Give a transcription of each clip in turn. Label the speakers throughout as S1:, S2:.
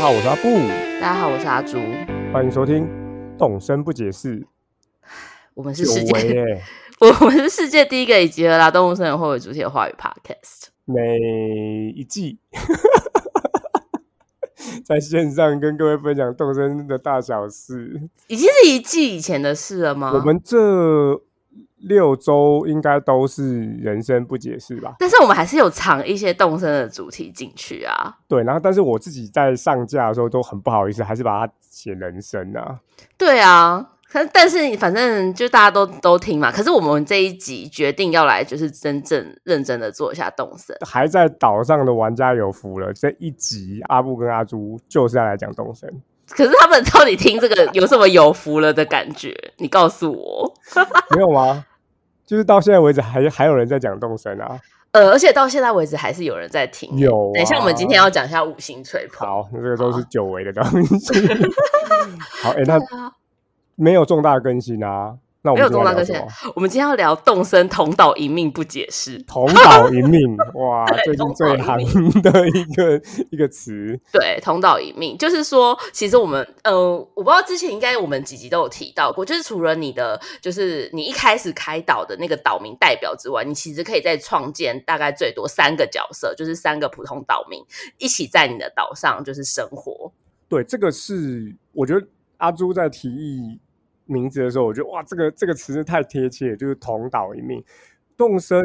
S1: 好，我是阿布，
S2: 大家好，我是阿朱，
S1: 欢迎收听《动身不解释》，
S2: 我们是
S1: 久
S2: 世
S1: 违
S2: 界，
S1: 耶，
S2: 我们是世界第一个以集合啦动物森友会为主题的话语 podcast。
S1: 每一季 在线上跟各位分享动身的大小事。
S2: 已经是一季以前的事了吗？
S1: 我们这六周应该都是人生不解释吧？
S2: 但是我们还是有藏一些动身的主题进去啊。
S1: 对，然后但是我自己在上架的时候都很不好意思，还是把它写人生啊。
S2: 对啊，可但是反正就大家都都听嘛。可是我们这一集决定要来，就是真正认真的做一下动身。
S1: 还在岛上的玩家有福了，这一集阿布跟阿朱就是要来讲动身。
S2: 可是他们到底听这个有什么有福了的感觉？你告诉我。
S1: 没有吗？就是到现在为止还还有人在讲动身啊。
S2: 呃，而且到现在为止还是有人在听。
S1: 有啊
S2: 等一下我们今天要讲一下五星吹捧。
S1: 好，那这个都是久违的东西。 好，哎、那
S2: 对啊
S1: 没有重大更新啊。那我
S2: 没
S1: 们
S2: 有
S1: 今天要
S2: 重大
S1: 聊
S2: 更
S1: 什
S2: 新
S1: 么，
S2: 我们今天要聊动身同岛一命不解释。
S1: 同岛一 命，哇，
S2: 对
S1: 最近
S2: 同
S1: 最
S2: 岛一
S1: 行的一个一个词。
S2: 对，同岛一命，就是说，其实我们，呃，我不知道之前应该我们几集都有提到过，就是除了你的，就是你一开始开岛的那个岛民代表之外，你其实可以再创建大概最多三个角色，就是三个普通岛民一起在你的岛上就是生活。
S1: 对，这个是我觉得阿朱在提议名字的时候，我觉得哇，这个这个词太贴切，就是同岛一命。动身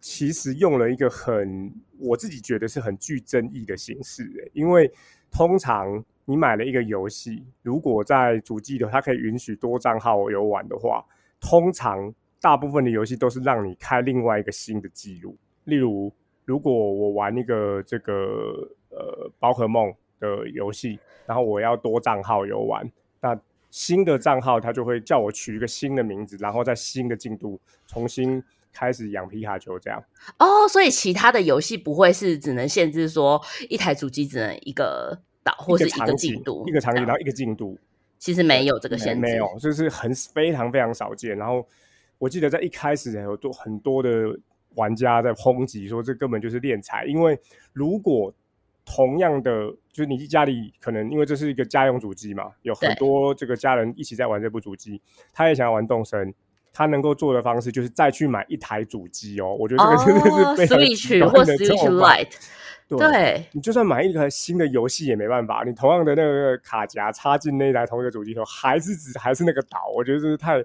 S1: 其实用了一个很我自己觉得是很具争议的形式、欸，因为通常你买了一个游戏，如果在主机的它可以允许多账号游玩的话，通常大部分的游戏都是让你开另外一个新的记录，例如。如果我玩一个这个呃宝可梦的游戏，然后我要多账号游玩，那新的账号它就会叫我取一个新的名字，然后在新的进度重新开始养皮卡丘这样。
S2: 哦，所以其他的游戏不会是只能限制说一台主机只能一个岛或是
S1: 一个场
S2: 个
S1: 景
S2: 进度，
S1: 一个场景，
S2: 这
S1: 然
S2: 样
S1: 后一个进度，
S2: 其实没有这个
S1: 没
S2: 限制，
S1: 没有，就是很非常非常少见。然后我记得在一开始有多很多的玩家在抨击说，这根本就是敛财，因为如果同样的，就是你家里可能因为这是一个家用主机嘛，有很
S2: 对
S1: 多这个家人一起在玩这部主机，他也想要玩动森。他能够做的方式就是再去买一台主机哦，我觉得这个真的是
S2: 哦
S1: 非常 极
S2: ，Switch
S1: 端
S2: 或
S1: 的
S2: Switch
S1: 做法
S2: Lite，
S1: 对
S2: 对，
S1: 你就算买一台新的游戏也没办法，你同样的那个卡夹插进那一台同一个主机头，还是只还是那个岛，我觉得真是 太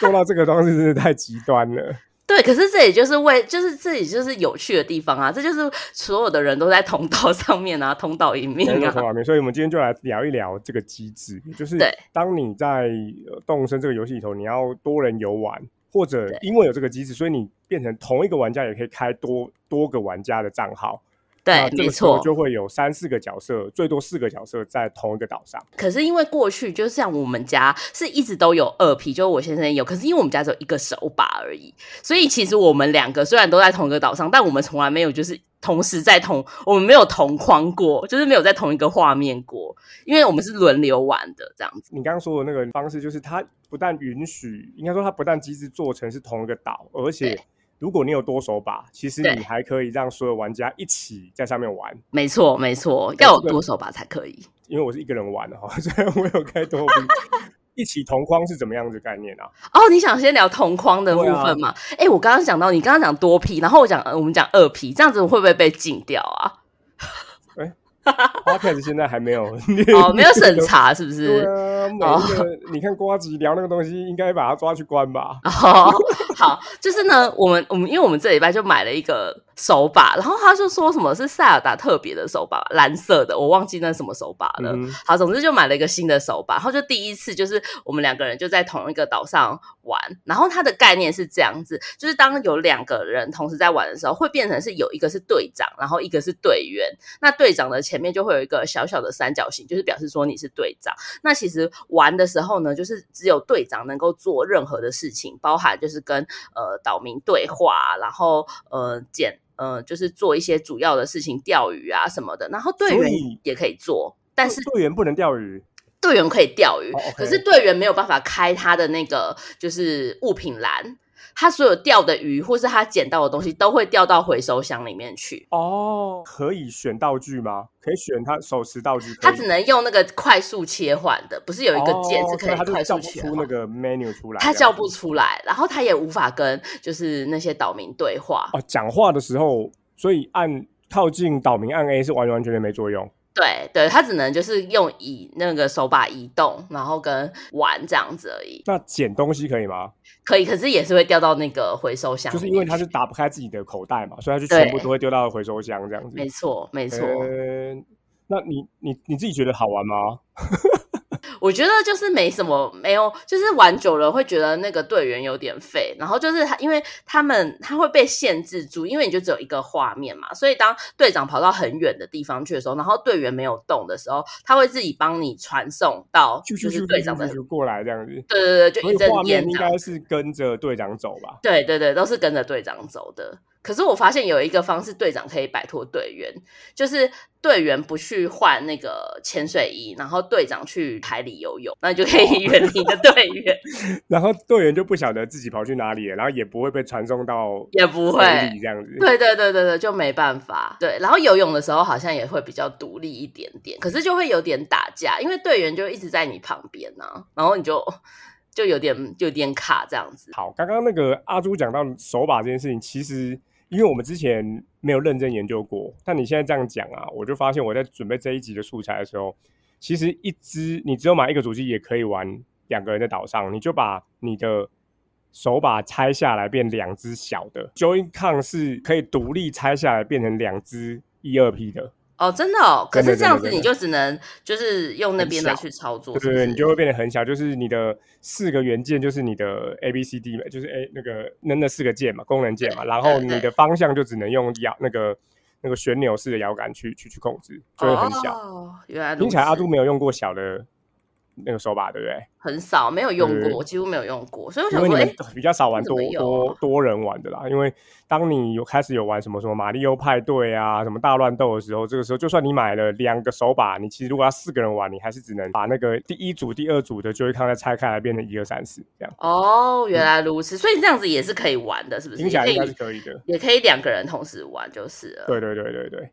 S1: 做到这个东西真是太极端了。
S2: 对，可是这也就是为，就是这也就是有趣的地方啊！这就是所有的人都在同道上面啊，同道一命
S1: 没有
S2: 啊
S1: 头。脑面，所以我们今天就来聊一聊这个机制，也就是
S2: 对
S1: 当你在呃动身这个游戏里头，你要多人游玩，或者
S2: 对
S1: 因为有这个机制，所以你变成同一个玩家也可以开多多个玩家的账号，那
S2: 对，
S1: 这
S2: 没
S1: 个时候
S2: 错。
S1: 就会有三四个角色，最多四个角色在同一个岛上。
S2: 可是因为过去就像我们家是一直都有二 P，就是我先生也有，可是因为我们家只有一个手把而已，所以其实我们两个虽然都在同一个岛上，但我们从来没有就是同时在同，我们没有同框过，就是没有在同一个画面过，因为我们是轮流玩的这样子。
S1: 你刚刚说的那个方式，就是它不但允许，应该说它不但机制做成是同一个岛，而且
S2: 对
S1: 如果你有多手把，其实
S2: 对
S1: 你还可以让所有玩家一起在上面玩。
S2: 没错，没错，
S1: 对
S2: 要有
S1: 这个
S2: 多手把才可以。
S1: 因为我是一个人玩的哈， 虽然我有开多比，一起同框是怎么样子概念啊？
S2: 哦，你想先聊同框的部分吗？哎、我刚刚讲到你刚刚讲多批，然后我讲呃我们讲二批，这样子会不会被禁掉 啊？
S1: Podcast 现在还没有
S2: 哦， 没有审查是不哦
S1: 对
S2: 是？
S1: 啊，每一个你看瓜吉聊那个东西，应该把他抓去关吧？
S2: 哦，好，就是呢，我们我们因为我们这礼拜就买了一个手把，然后他就说什么是塞尔达特别的手把，蓝色的，我忘记那什么手把了。
S1: 嗯哼，
S2: 好，总之就买了一个新的手把，然后就第一次就是我们两个人就在同一个岛上玩，然后它的概念是这样子，就是当有两个人同时在玩的时候，会变成是有一个是队长，然后一个是队员，那队长的前面就会有一个小小的三角形，就是表示说你是队长。那其实玩的时候呢，就是只有队长能够做任何的事情，包含就是跟呃岛民对话，然后呃捡。呃，就是做一些主要的事情，钓鱼啊什么的，然后队
S1: 所
S2: 员
S1: 以
S2: 也可以做，但是
S1: 队员不能钓鱼，
S2: 队员可以钓鱼，
S1: 哦，OK
S2: 可是队员没有办法开他的那个就是物品栏，他所有钓的鱼或是他捡到的东西都会掉到回收箱里面去。
S1: 哦，可以选道具吗？可以选他手持道具可以吗。
S2: 他只能用那个快速切换的，不是有一个键
S1: 哦
S2: 是可
S1: 所他就
S2: 快
S1: 叫
S2: 速
S1: 不
S2: 切
S1: 出
S2: 换
S1: 那？个 menu 出来，
S2: 他
S1: 这样
S2: 叫不出来，然后他也无法跟就是那些岛民对话。
S1: 哦。讲话的时候，所以按靠近岛民按 A 是完完全全没作用。
S2: 对对，他只能就是用移那个手把移动，然后跟玩这样子而已。
S1: 那捡东西可以吗？
S2: 可以，可是也是会掉到那个回收箱里
S1: 就是
S2: 面去。
S1: 因为他是打不开自己的口袋嘛，所以他就
S2: 对
S1: 全部都会丢到回收箱这样子。
S2: 没错没错，
S1: 呃那你你你自己觉得好玩吗？
S2: 我觉得就是没什么，没有，就是玩久了会觉得那个队员有点废，然后就是他，因为他们他会被限制住，因为你就只有一个画面嘛，所以当队长跑到很远的地方去的时候，然后队员没有动的时候，他会自己帮你传送到
S1: 咻
S2: 就
S1: 咻咻
S2: 是
S1: 咻
S2: 队长的
S1: 咻，咻过来这样子。
S2: 对对对，就
S1: 所
S2: 一
S1: 以
S2: 阵
S1: 画面
S2: 烟
S1: 应
S2: 这样
S1: 该是跟着队长走吧？
S2: 对对对，都是跟着队长走的。可是我发现有一个方式，队长可以摆脱队员，就是队员不去换那个潜水衣，然后队长去海里游泳，那你就可以
S1: 哦
S2: 远离你的队员，
S1: 然后队员就不晓得自己跑去哪里了，然后也不会被传送到
S2: 也不
S1: 水
S2: 会。
S1: 里这样子。
S2: 对对对对对，就没办法。对，然后游泳的时候好像也会比较独立一点点，可是就会有点打架，因为队员就一直在你旁边呢、然后你就就有点就有点卡这样子。
S1: 好，刚刚那个阿朱讲到手把这件事情，其实因为我们之前没有认真研究过，但你现在这样讲啊，我就发现我在准备这一集的素材的时候，其实一支你只有买一个主机也可以玩两个人在岛上，你就把你的手把拆下来变两只小的，Joy-Con 是可以独立拆下来变成两只一二 P 的，
S2: 哦，真的哦。可
S1: 真
S2: 是
S1: 的
S2: 这样
S1: 真
S2: 子
S1: 的
S2: 你
S1: 真的
S2: 就只能就是用那
S1: 很
S2: 边的
S1: 小
S2: 去操作，
S1: 对
S2: 是
S1: 对
S2: 不
S1: 对，
S2: 是哦
S1: 你就会变得很小，就是你的四个元件就是你的 A B C D 嘛，就是哎那个那那四个键嘛，功能键嘛，然后
S2: 对
S1: 你
S2: 对
S1: 的方向就只能用摇那个那个旋钮式的摇杆去去去控制，就会很小。
S2: 哦、原来如
S1: 听
S2: 此
S1: 起来阿朱没有用过小的那个手把，对不对？
S2: 很少，没有用过，
S1: 对
S2: 我几乎没有用过，所以我
S1: 因
S2: 想
S1: 为你
S2: 说，哎、
S1: 们比较少玩
S2: 这
S1: 多
S2: 怎么有
S1: 多
S2: 啊
S1: 多人玩的啦，因为当你有开始有玩什么什么马里奥派对啊、什么大乱斗的时候，这个时候就算你买了两个手把，你其实如果要四个人玩，你还是只能把那个第一组、第二组的 Joy-Con 再拆开来变成一二三四这样。
S2: 哦，原来如此，所以这样子也是可以玩的，是不是？
S1: 听起来
S2: 也
S1: 应
S2: 可
S1: 该是
S2: 以。
S1: 可以的。
S2: 也可以两个人同时玩就是了，
S1: 对对对对对，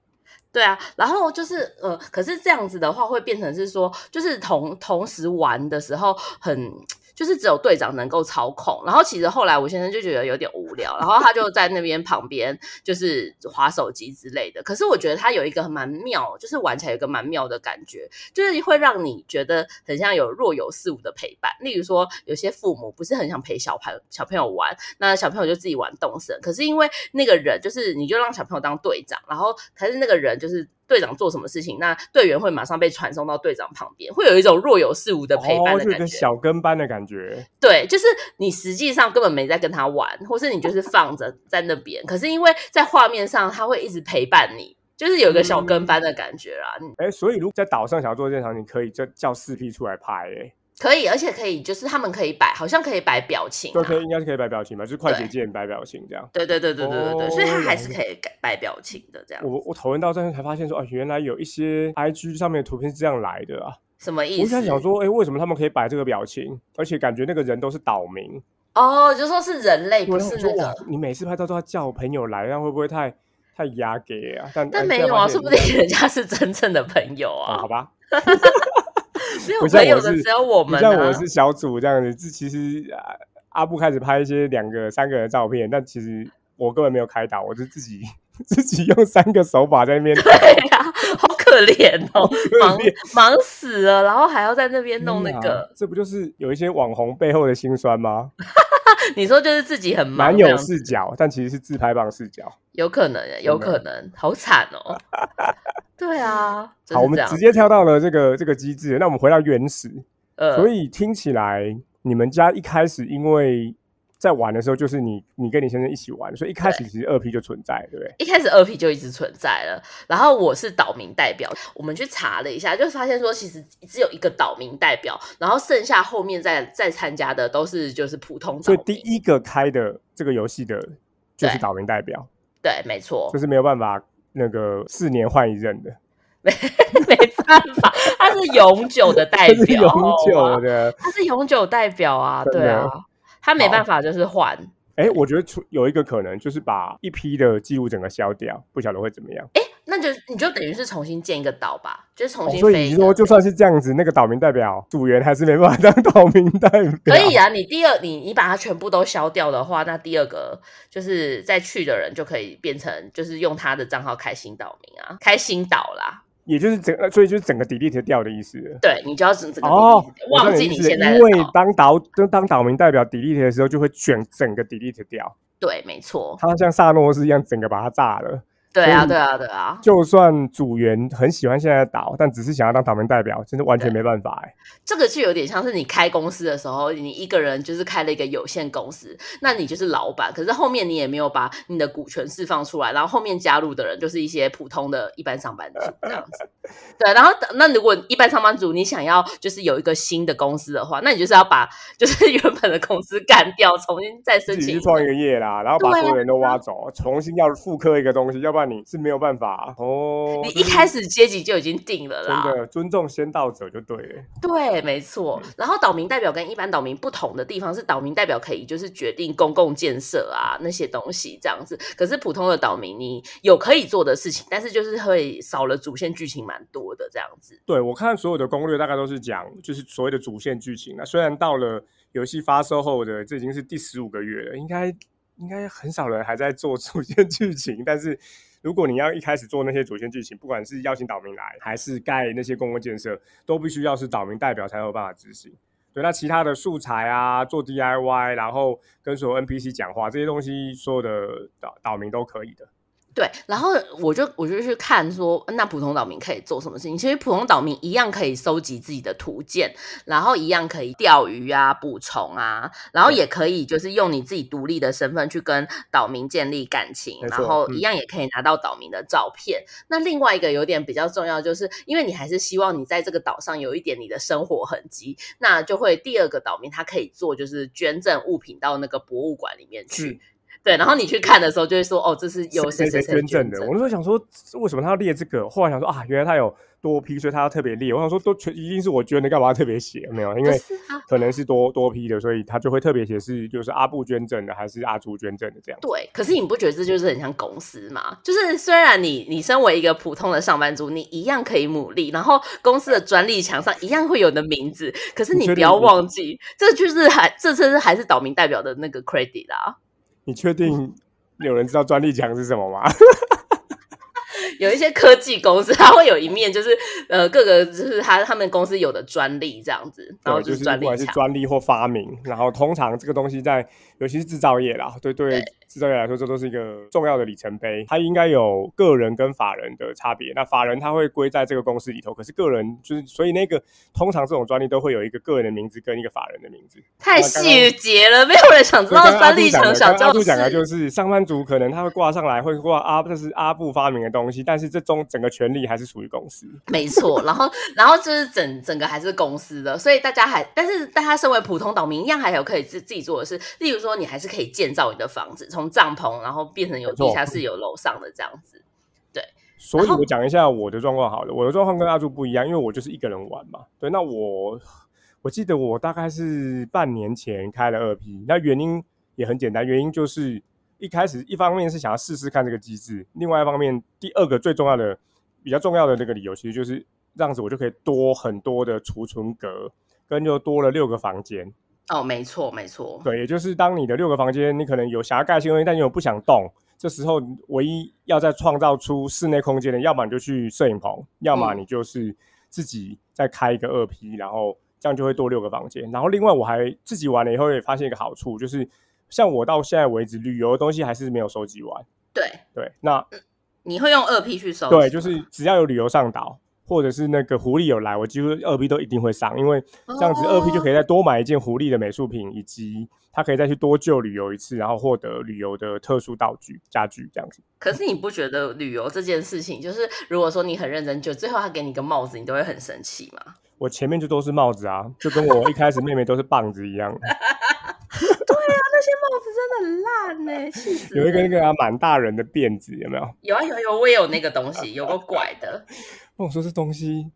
S2: 对啊，然后就是呃，可是这样子的话会变成是说，就是同同时玩的时候很，就是只有队长能够操控。然后其实后来我先生就觉得有点无聊，然后 他就在那边旁边就是划手机之类的。可是我觉得他有一个蛮妙，就是玩起来有一个蛮妙的感觉，就是会让你觉得很像有若有似无的陪伴。例如说，有些父母不是很想陪小朋小朋友玩，那小朋友就自己玩动森。可是因为那个人就是，你就让小朋友当队长，然后可是那个人就是队长做什么事情，那队员会马上被传送到队长旁边，会有一种若有似无的陪伴
S1: 哦，
S2: 的
S1: 就有一
S2: 感
S1: 个
S2: 觉。
S1: 小跟班的感觉，
S2: 对，就是你实际上根本没在跟他玩，或是你就是 放着在那边，可是因为在画面上他会一直陪伴你。就是有一个小跟班的感觉啦，嗯
S1: 哎，所以如果在岛上想要做这场，你可以就叫四 P 出来拍，哎，
S2: 可以，而且可以，就是他们可以摆，好像可以摆表情、啊，
S1: 就可以应该是可以摆表情吧，就是快捷键摆表情这样。
S2: 对对对对对对对，所以它
S1: 哦
S2: 还是可以改摆表情的，这样
S1: 我我讨论到这才发现说，啊，原来有一些 IG 上面的图片是这样来的啊！
S2: 什么意
S1: 我
S2: 思？
S1: 在想说，哎，为什么他们可以摆这个表情？而且感觉那个人都是岛民，
S2: 哦，就说是人类，
S1: 啊我
S2: 不是
S1: 想
S2: 那
S1: 说，哇
S2: 个，，
S1: 你每次拍照都要叫朋友来，那会不会太太压给啊？但
S2: 但
S1: 哎
S2: 没
S1: 现在
S2: 有
S1: 发
S2: 啊，
S1: 现
S2: 说不
S1: 也
S2: 定人家是真正的朋友
S1: 哦
S2: 啊
S1: 好，吧，
S2: 没有
S1: 不像
S2: 朋友
S1: 我
S2: 的
S1: 是
S2: 只有我
S1: 不
S2: 们
S1: 像我
S2: 啊。
S1: 是小组这样子，这其实、啊、阿布开始拍一些两个、三个人的照片，但其实我根本没有开导，我是自己 自己用三个手把在那边
S2: 对呀、好可怜哦，忙
S1: 怜啊
S2: 忙死了，然后还要在那边弄那
S1: 天哪
S2: 个，
S1: 嗯这不就是有一些网红背后的辛酸吗？
S2: 你说就是自己很忙
S1: 男
S2: 这
S1: 友
S2: 样子，
S1: 视角，但其实是自拍棒视角。
S2: 有可能，欸有可能，好惨哦。 对啊，就
S1: 好，我
S2: 是
S1: 们
S2: 这样
S1: 直。接跳到了这个这个机制，那我们回到原始，
S2: 呃，
S1: 所以听起来你们家一开始因为。在玩的时候，就是你你跟你先生一起玩，所以一开始其实二 P 就存在，对不对？
S2: 一开始二 P 就一直存在了，然后我是岛民代表，我们去查了一下，就发现说其实只有一个岛民代表，然后剩下后面再再参加的都是就是普通岛
S1: 所以
S2: 民。
S1: 第一个开的这个游戏的就是
S2: 对哦
S1: 岛民代表，
S2: 对，没错
S1: 就，是没有办法那个四年换一任的，
S2: 没办法，他是永 久的代
S1: 这是
S2: 表，哦
S1: 永久
S2: 好吗
S1: 的。
S2: 他是永久代表啊，
S1: 真的哦
S2: 对啊，他没办法就是换，
S1: 哎，我觉得出有一个可能就是把一批的记录整个消掉，不晓得会怎么样。
S2: 那就你就等于是重新建一个岛吧，就是重
S1: 哦
S2: 新
S1: 所以
S2: 飞一
S1: 你
S2: 个。
S1: 说就算是这样子，那个岛民代表组员还是没办法当 岛民代表。
S2: 可以啊，你第二你你把它全部都消掉的话，那第二个就是再去的人就可以变成就是用他的账号开新岛名啊，开新岛啦。
S1: 也就是整，呃所以就是整个 delete 掉的意思了。
S2: 对，你就要整整个
S1: 哦
S2: delete，
S1: 我
S2: 忘
S1: 懂
S2: 记
S1: 的意思
S2: 现在的
S1: 因为
S2: 岛。
S1: 当岛就当岛民代表 delete 的时候，就会卷整个 delete 掉，
S2: 对，没错。
S1: 他像萨诺斯一样整个把它炸了。
S2: 对
S1: 所
S2: 啊，
S1: 以
S2: 对啊，对啊，
S1: 就算组员很喜欢现在的岛，但只是想要当岛民代表，真的完全没办法哎、
S2: 这个就有点像是你开公司的时候，你一个人就是开了一个有限公司，那你就是老板，可是后面你也没有把你的股权释放出来，然后后面加入的人就是一些普通的一般 上班族这样子。对，然后那如果一般上班族你想要就是有一个新的公司的话，那你就是要把就是原本的公司干掉，重新再
S1: 自
S2: 申
S1: 己
S2: 请
S1: 去
S2: 一
S1: 创
S2: 个。
S1: 一个业啦，然后把
S2: 对啊
S1: 所有人都挖走，重新要复刻一个东西，要不然你是没有办法哦。
S2: 你
S1: 就
S2: 一
S1: 是
S2: 开始阶级就已经定了啦，
S1: 真的尊重先到者就对了。
S2: 对，没错。然后岛民代表跟一般岛民不同的地方是，岛民代表可以就是决定公共建设啊那些东西这样子，可是普通的岛民你有可以做的事情，但是就是会少了主线剧情蛮多的这样子。
S1: 对我看所有的攻略大概都是讲，就是所谓的主线剧情。那虽然到了游戏发售后的，这已经是第十五个月了，应该应该很少人还在做主线剧情。但是如果你要一开始做那些主线剧情，不管是邀请岛民来，还是盖那些公共建设，都必须要是岛民代表才有办法执行。对，那其他的素材啊，做 DIY，然后跟所有 NPC 讲话这些东西，所有的岛岛民都可以的。
S2: 对，然后我就我就去看说，那普通岛民可以做什么事情？其实普通岛民一样可以收集自己的图鉴，然后一样可以钓鱼啊、捕虫啊，然后也可以就是用你自己独立的身份去跟岛民建立感情，
S1: 没
S2: 然
S1: 错
S2: 后
S1: 嗯
S2: 一样也可以拿到岛民的照片。那另外一个有点比较重要，就是因为你还是希望你在这个岛上有一点你的生活痕迹，那就会第二个岛民他可以做就是捐赠物品到那个博物馆里面去。对，然后你去看的时候就会说，哦，这是由谁
S1: 谁
S2: 谁
S1: 捐赠的。我那时候想说，为什么他要列这个？后来想说啊，原来他有多批，所以他要特别列。我想说，都全一定是我捐的，干嘛要特别写？没有，因
S2: 不
S1: 为
S2: 是啊，
S1: 可能是多多批的，所以他就会特别写是就是阿布捐赠的，还是阿朱捐赠的这样。
S2: 对，可是你不觉得这就是很像公司吗？就是虽然你你身为一个普通的上班族，你一样可以努力，然后公司的专利墙上一样会有你的名字，可是
S1: 你
S2: 你
S1: 确
S2: 不要
S1: 定你
S2: 忘记，这就是还这次是还是岛民代表的那个 credit 啦。
S1: 你确定有人知道专利奖是什么吗？
S2: 有一些科技公司，它会有一面就是呃各个就是他他们公司有的专利这样子，然后
S1: 对就是
S2: 专
S1: 不
S2: 利
S1: 管是
S2: 墙。
S1: 专利或发明，然后通常这个东西在尤其是制造业啦，对对，制造业来说这都是一个重要的里程碑。它应该有个人跟法人的差别，那法人他会归在这个公司里头，可是个人就是所以那个通常这种专利都会有一个个人的名字跟一个法人的名字。那
S2: 太
S1: 刚刚
S2: 细节了，没有人想知
S1: 所以
S2: 道
S1: 刚刚阿
S2: 专
S1: 杜
S2: 利
S1: 讲
S2: 墙
S1: 的，
S2: 小
S1: 刚刚阿
S2: 教
S1: 杜讲的
S2: 室。
S1: 就是上班族可能他会挂上来，会挂阿这是阿布发明的东西，但是这中整个权利还是属于公司。
S2: 没错，然后然后就是整整个还是公司的，所以大家还，但是大家身为普通岛民一样，还有可以自自己做的事，例如说你还是可以建造你的房子，从帐篷然后变成有
S1: 没错
S2: 地下室、有楼上的这样子。
S1: 所以
S2: 然后
S1: 我讲一下我的状况好了，我的状况跟阿柱不一样，因为我就是一个人玩嘛。对，那我我记得我大概是半年前开了二批，那原因也很简单，原因就是一开始一方面是想要试试看这个机制，另外一方面第二个最重要的比较重要的那个理由，其实就是这样子我就可以多很多的储存格，跟就多了六个房间。
S2: 哦，没错，没错，
S1: 对，也就是当你的六个房间，你可能有想要盖新东西，但你又不想动，这时候唯一要再创造出室内空间的，要么你就去摄影棚，要么
S2: 嗯
S1: 你就是自己再开一个二 P，然后这样就会多六个房间。然后另外我还自己玩了以后也发现一个好处，就是像我到现在为止，旅游的东西还是没有收集完。
S2: 对，
S1: 对，那
S2: 你会用二 P 去收集吗，
S1: 对，就是只要有旅游上岛。或者是那个狐狸有来，我几乎二 P 都一定会上，因为这样子二 P 就可
S2: 以。
S1: 以再多买一件狐狸的美术品，以及他可以再去多救旅游一次，然后获得旅游的特殊道具家具这样子。
S2: 可是你不觉得旅游这件事情，就是如果说你很认真，就最后他给你个帽子，你都会很生气吗？
S1: 我前面就都是帽子啊，就跟我一开始妹妹都是棒子一 样，
S2: 那些帽子真的很烂呢、气死
S1: 有一个那
S2: 人！
S1: 个啊满大人的辫子，有没有？
S2: 有啊有啊有啊，我也有那个东西，有个拐的。
S1: 那我说这东西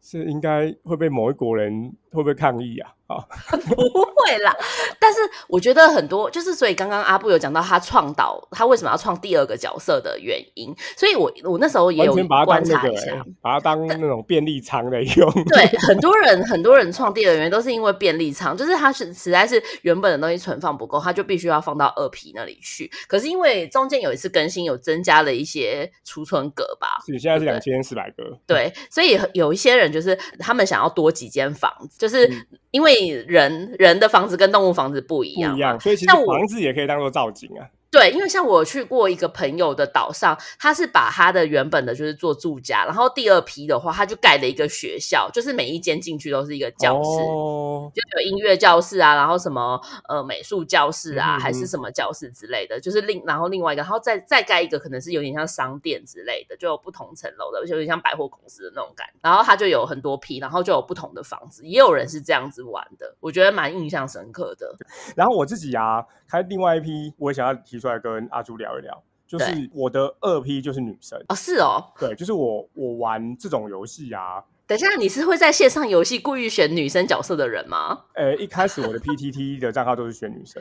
S1: 是应该会被某一国人会不会抗议啊？好，
S2: 不会啦。但是我觉得很多就是，所以刚刚阿布有讲到他创导，他为什么要创第二个角色的原因。所以我我那时候也
S1: 完
S2: 有
S1: 全把它
S2: 观
S1: 当那
S2: 察
S1: 个、
S2: 一下
S1: 欸，把它当那种便利仓来用。
S2: 对，很多人很多人创第二个原因都是因为便利仓，就是它是实在是原本的东西存放不够，它就必须要放到二皮那里去。可是因为中间有一次更新，有增加了一些储存格吧。
S1: 你现在是
S2: 对
S1: 两千四百个，
S2: 对，所以有一些人就是他们想要多几间房子，就是
S1: 嗯
S2: 因为人人的房子跟动物房子不一
S1: 不
S2: 样
S1: 一
S2: 嘛，
S1: 样。所以其实
S2: 像我
S1: 房子也可以当做造景啊。
S2: 对，因为像我去过一个朋友的岛上，他是把他的原本的就是做住家，然后第二批的话，他就盖了一个学校，就是每一间进去都是一个教室。
S1: 哦，
S2: 就有音乐教室啊，然后什么呃美术教室啊，
S1: 嗯
S2: 还是什么教室之类的，就是另然后另外一个，然后再再盖一个，可能是有点像商店之类的，就有不同层楼的，就有点像百货公司的那种感觉。然后它就有很多批，然后就有不同的房子，也有人是这样子玩的，我觉得蛮印象深刻的。
S1: 然后我自己啊，开另外一批，我也想要提出来跟阿朱聊一聊，就是
S2: 对
S1: 我的二批就是女生，
S2: 哦，是哦，
S1: 对，就是我我玩这种游戏啊，
S2: 等一下你是会在线上游戏故意选女生角色的人 吗？
S1: 呃，一开始我的 PTT 的账号都是选女 生，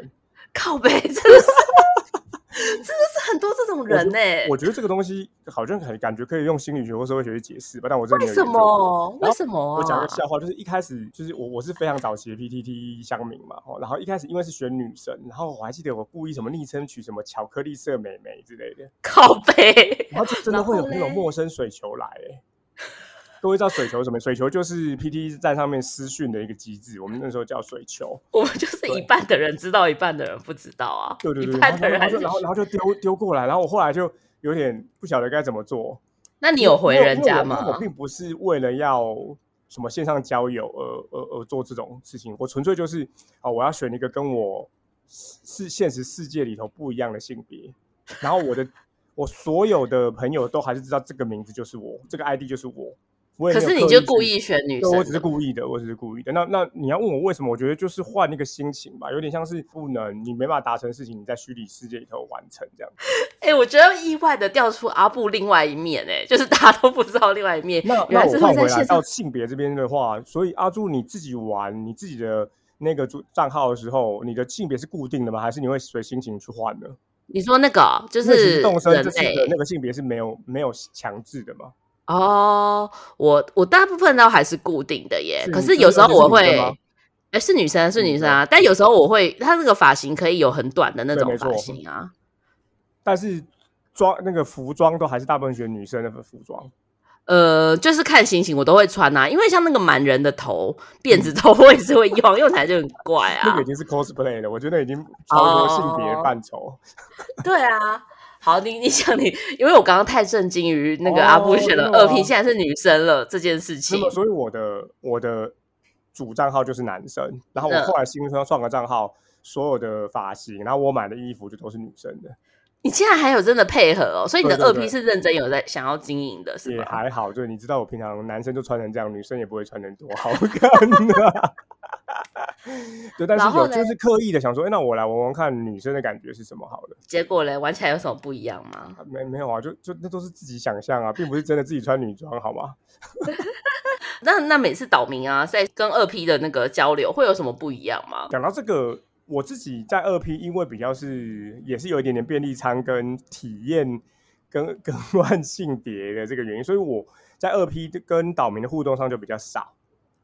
S2: 靠背，真的是，真的是很多这种人欸呢、
S1: 我觉得这个东西好像很感觉可以用心理学或社会学去解释吧，但我真的
S2: 为
S1: 没有
S2: 什
S1: 研究过然
S2: 么？
S1: 后
S2: 为什么啊？
S1: 我讲个笑话，就是一开始就是我我是非常早期的 PTT 乡民嘛，哦，然后一开始因为是选女生，然后我还记得我故意什么昵称取什么巧克力色美眉之类的，
S2: 靠背。
S1: 然后就真的
S2: 然后
S1: 会有那种
S2: 嘞
S1: 陌生水球来、欸，各位知道水球是什么？水球就是 PTT 站上面私讯的一个机制，我们那时候叫水球，
S2: 我们就是一半的人知道，一半的人不知道啊。
S1: 对对对，
S2: 一
S1: 然
S2: 半
S1: 后
S2: 的人还
S1: 然
S2: 是
S1: 后然后然后就丢丢过来，然后我后来就有点不晓得该怎么做，
S2: 那你有回
S1: 因为
S2: 人家吗
S1: 因为我因为我？并不是为了要什么线上交友而而而做这种事情，我纯粹就是啊、我要选一个跟我是是现实世界里头不一样的性别，然后我的我所有的朋友都还是知道这个名字就是我，这个 ID 就是我。我也没
S2: 可
S1: 有
S2: 是你
S1: 刻意
S2: 就
S1: 去
S2: 故意选
S1: 对，
S2: 女生的，
S1: 我只是故意的，我只是故意的。那那你要问我为什么？我觉得就是换一个心情吧，有点像是不能你没办法达成的事情，你在虚拟世界里头完成这样。
S2: 哎、我觉得意外的调出阿布另外一面、哎，就是大家都不知道另外一面，
S1: 那
S2: 原
S1: 那
S2: 来
S1: 我
S2: 是
S1: 换
S2: 会
S1: 回
S2: 在
S1: 来
S2: 线
S1: 到
S2: 上。
S1: 性别这边的话，所以阿朱你自己玩你自己的那个主账号的时候，你的性别是固定的吗？还是你会随心情去换呢？
S2: 你说那个哦就
S1: 因为其
S2: 是
S1: 实动身
S2: 人
S1: 这次
S2: 类
S1: 的那个性别是没有没有强制的嘛？
S2: 哦，我我大部分都还是固定的耶
S1: 是，
S2: 可
S1: 你
S2: 是
S1: 是
S2: 有时候
S1: 是
S2: 我
S1: 女生
S2: 会
S1: 吗。
S2: 哎，是女生，是
S1: 女
S2: 女
S1: 生
S2: 生啊！但有时候我会，她那个发型可以有很短的那
S1: 对
S2: 种
S1: 没
S2: 发
S1: 错
S2: 型啊。
S1: 但是装那个服装都还是大部分选女生的服装。
S2: 呃，就是看心情，我都会穿啊，因为像那个满人的头 辫子头，我也是会用，用起来就很怪
S1: 那
S2: 啊
S1: 个已。经是 cosplay 了，我觉得已经超过性别
S2: 哦
S1: 范畴。
S2: 对啊，好，你你想你，因为我刚刚太震惊于那个阿布
S1: 哦
S2: 选了
S1: 真的
S2: 二
S1: 吗
S2: 批，现在是女生了这件事
S1: 那
S2: 情
S1: 么，。所以我的我的主账号就是男生，然后我
S2: 嗯
S1: 后来新创创个账号，所有的发型，然后我买的衣服就都是女生的，
S2: 你竟然还有真的配合哦，所以你的
S1: 对对
S2: 二
S1: 对
S2: 批是认真有在想要经营的，是
S1: 也
S2: 吗？
S1: 还好。就是你知道，我平常男生就穿成这样，女生也不会穿成多 好看啊。 对，但
S2: 然
S1: 是
S2: 后
S1: 有
S2: 嘞
S1: 就是刻意的想说，哎，那我来玩玩看女生的感觉是什么好了。
S2: 结果嘞，玩起来有什么不一样吗？
S1: 啊没没有啊，就就那都是自己想象啊，并不是真的自己穿女装，好吗？
S2: 那那每次岛民啊，在跟二批的那个交流，会有什么不一样吗？
S1: 讲到这个，我自己在二 P，因为比较是也是有一点点便利仓跟体验跟 跟换性别的这个原因，所以我在二 P 跟岛民的互动上就比较少。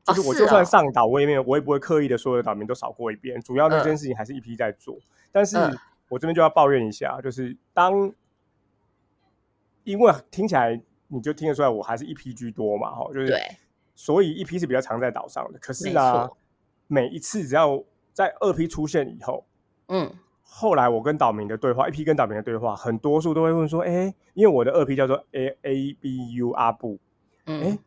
S2: 哦
S1: 就是我
S2: 是
S1: 就算
S2: 哦
S1: 上岛，我也没有，我也不会刻意的所有的岛民都扫过一遍。主要那
S2: 嗯
S1: 件事情还是一批在做，但是
S2: 嗯
S1: 我这边就要抱怨一下，就是当因为听起来你就听得出来，我还是一批居多嘛，哈，就是
S2: 对，
S1: 所以一批是比较常在岛上的。可是啊
S2: 没错，
S1: 每一次只要在二批出现以后，
S2: 嗯，
S1: 后来我跟岛民的对话，一批跟岛民的对话，很多数都会问说：“哎，因为我的二批叫做 A A B U 阿布，哎
S2: 嗯，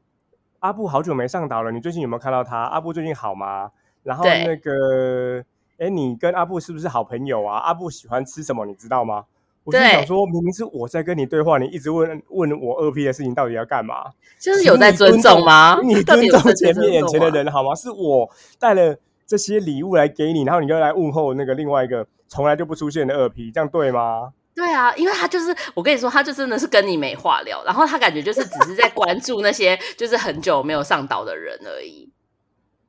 S1: 阿布好久没上岛了，你最近有没有看到他？阿布最近好吗？然后
S2: 对
S1: 那个，哎，你跟阿布是不是好朋友啊？阿布喜欢吃什么，你知道吗？”我就
S2: 对
S1: 想说，明明是我在跟你对话，你一直问问我二 P 的事情到底要干嘛？
S2: 就是有在尊重吗？
S1: 你
S2: 啊 到
S1: 尊
S2: 底有
S1: 重
S2: 在
S1: 前面眼前的
S2: 吗，
S1: 人好吗？是我带了这些礼物来给你，然后你就来问候那个另外一个从来就不出现的二 P，这样对吗？
S2: 对啊，因为他就是我跟你说，他就真的是跟你没话聊，然后他感觉就是只是在关注那些就是很久没有上岛的人而已。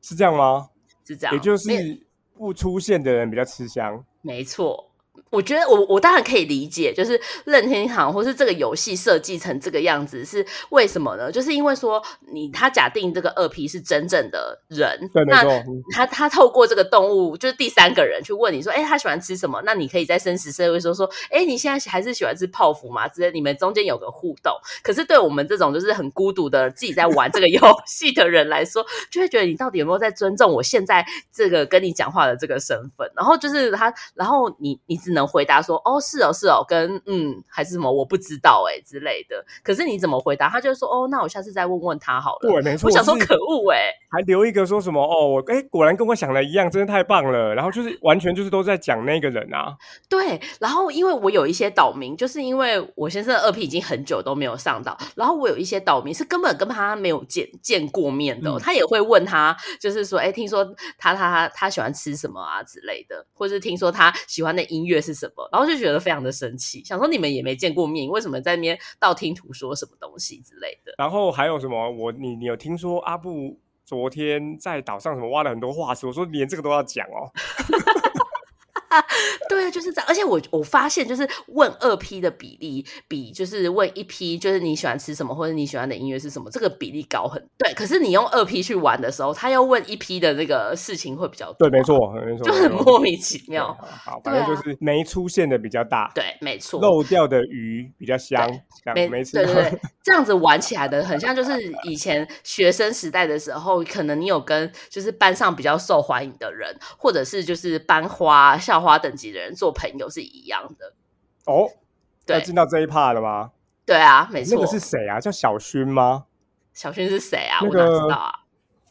S1: 是这样吗？
S2: 是这样，
S1: 也就
S2: 啊没
S1: 是不出现的人比较吃香。
S2: 没错，我觉得我我当然可以理解，就是任天堂或是这个游戏设计成这个样子是为什么呢？就是因为说你他假定这个二 P 是真正的人，
S1: 对，没
S2: 那
S1: 错，嗯
S2: 他他透过这个动物，就是第三个人去问你说，哎、他喜欢吃什么？那你可以在生死社会说说，哎、你现在还是喜欢吃泡芙吗？之类，你们中间有个互动。可是对我们这种就是很孤独的自己在玩这 个游戏的人来说，就会觉得你到底有没有在尊重我现在这个跟你讲话的这个身份？然后就是他，然后你你只能回答说，哦，是哦，是哦，跟嗯还是什么我不知道哎、之类的。可是你怎么回答？他就说，哦，那我下次再问问他好了。
S1: 对，没错。
S2: 我想说，
S1: 就是
S2: 可恶哎、
S1: 还留一个说什么哦，我哎，果然跟我想的一样，真的太棒了。然后 就是完全就是都在讲那个人啊，
S2: 对，然后因为我有一些岛民，就是因为我先生的二 P 已经很久都没有上岛，然后我有一些岛民是根本跟他没有见见过面的哦、
S1: 嗯
S2: 他也会问他，就是说，哎，听说他他他喜欢吃什么啊之类的，或是听说他喜欢的音乐是什么，然后就觉得非常的生气，想说你们也没见过面，你为什么在那边道听途说什么东西之类的？
S1: 然后还有什么？我你你有听说阿布昨天在岛上什么挖了很多化石？我说连这个都要讲 哦。
S2: 对啊，就是这样。而且我我发现，就是问二批的比例比就是问一批，就是你喜欢吃什么或者你喜欢的音乐是什么，这个比例高很对。可是你用二批去玩的时候，他要问一批的那个事情会比较多，
S1: 对，没，错，没错，
S2: 就很
S1: 没错
S2: 莫名其
S1: 对
S2: 妙。
S1: 好好，
S2: 对
S1: 反正
S2: 啊
S1: 就是没出现的比较大，
S2: 对，没错，
S1: 漏掉的鱼比较香，这
S2: 没
S1: 样没吃
S2: 对
S1: 到
S2: 对对， 这样子玩起来的很像，就是以前学生时代的时候，可能你有跟就是班上比较受欢迎的人，或者是就是班花、校花等级的人做朋友是一样的。
S1: 哦。要
S2: 对
S1: 进到这一 part 了吗？
S2: 对啊，没
S1: 那
S2: 错。
S1: 个是谁啊？叫小薰吗？
S2: 小薰是谁啊？
S1: 那
S2: 我哪知
S1: 个
S2: 道啊？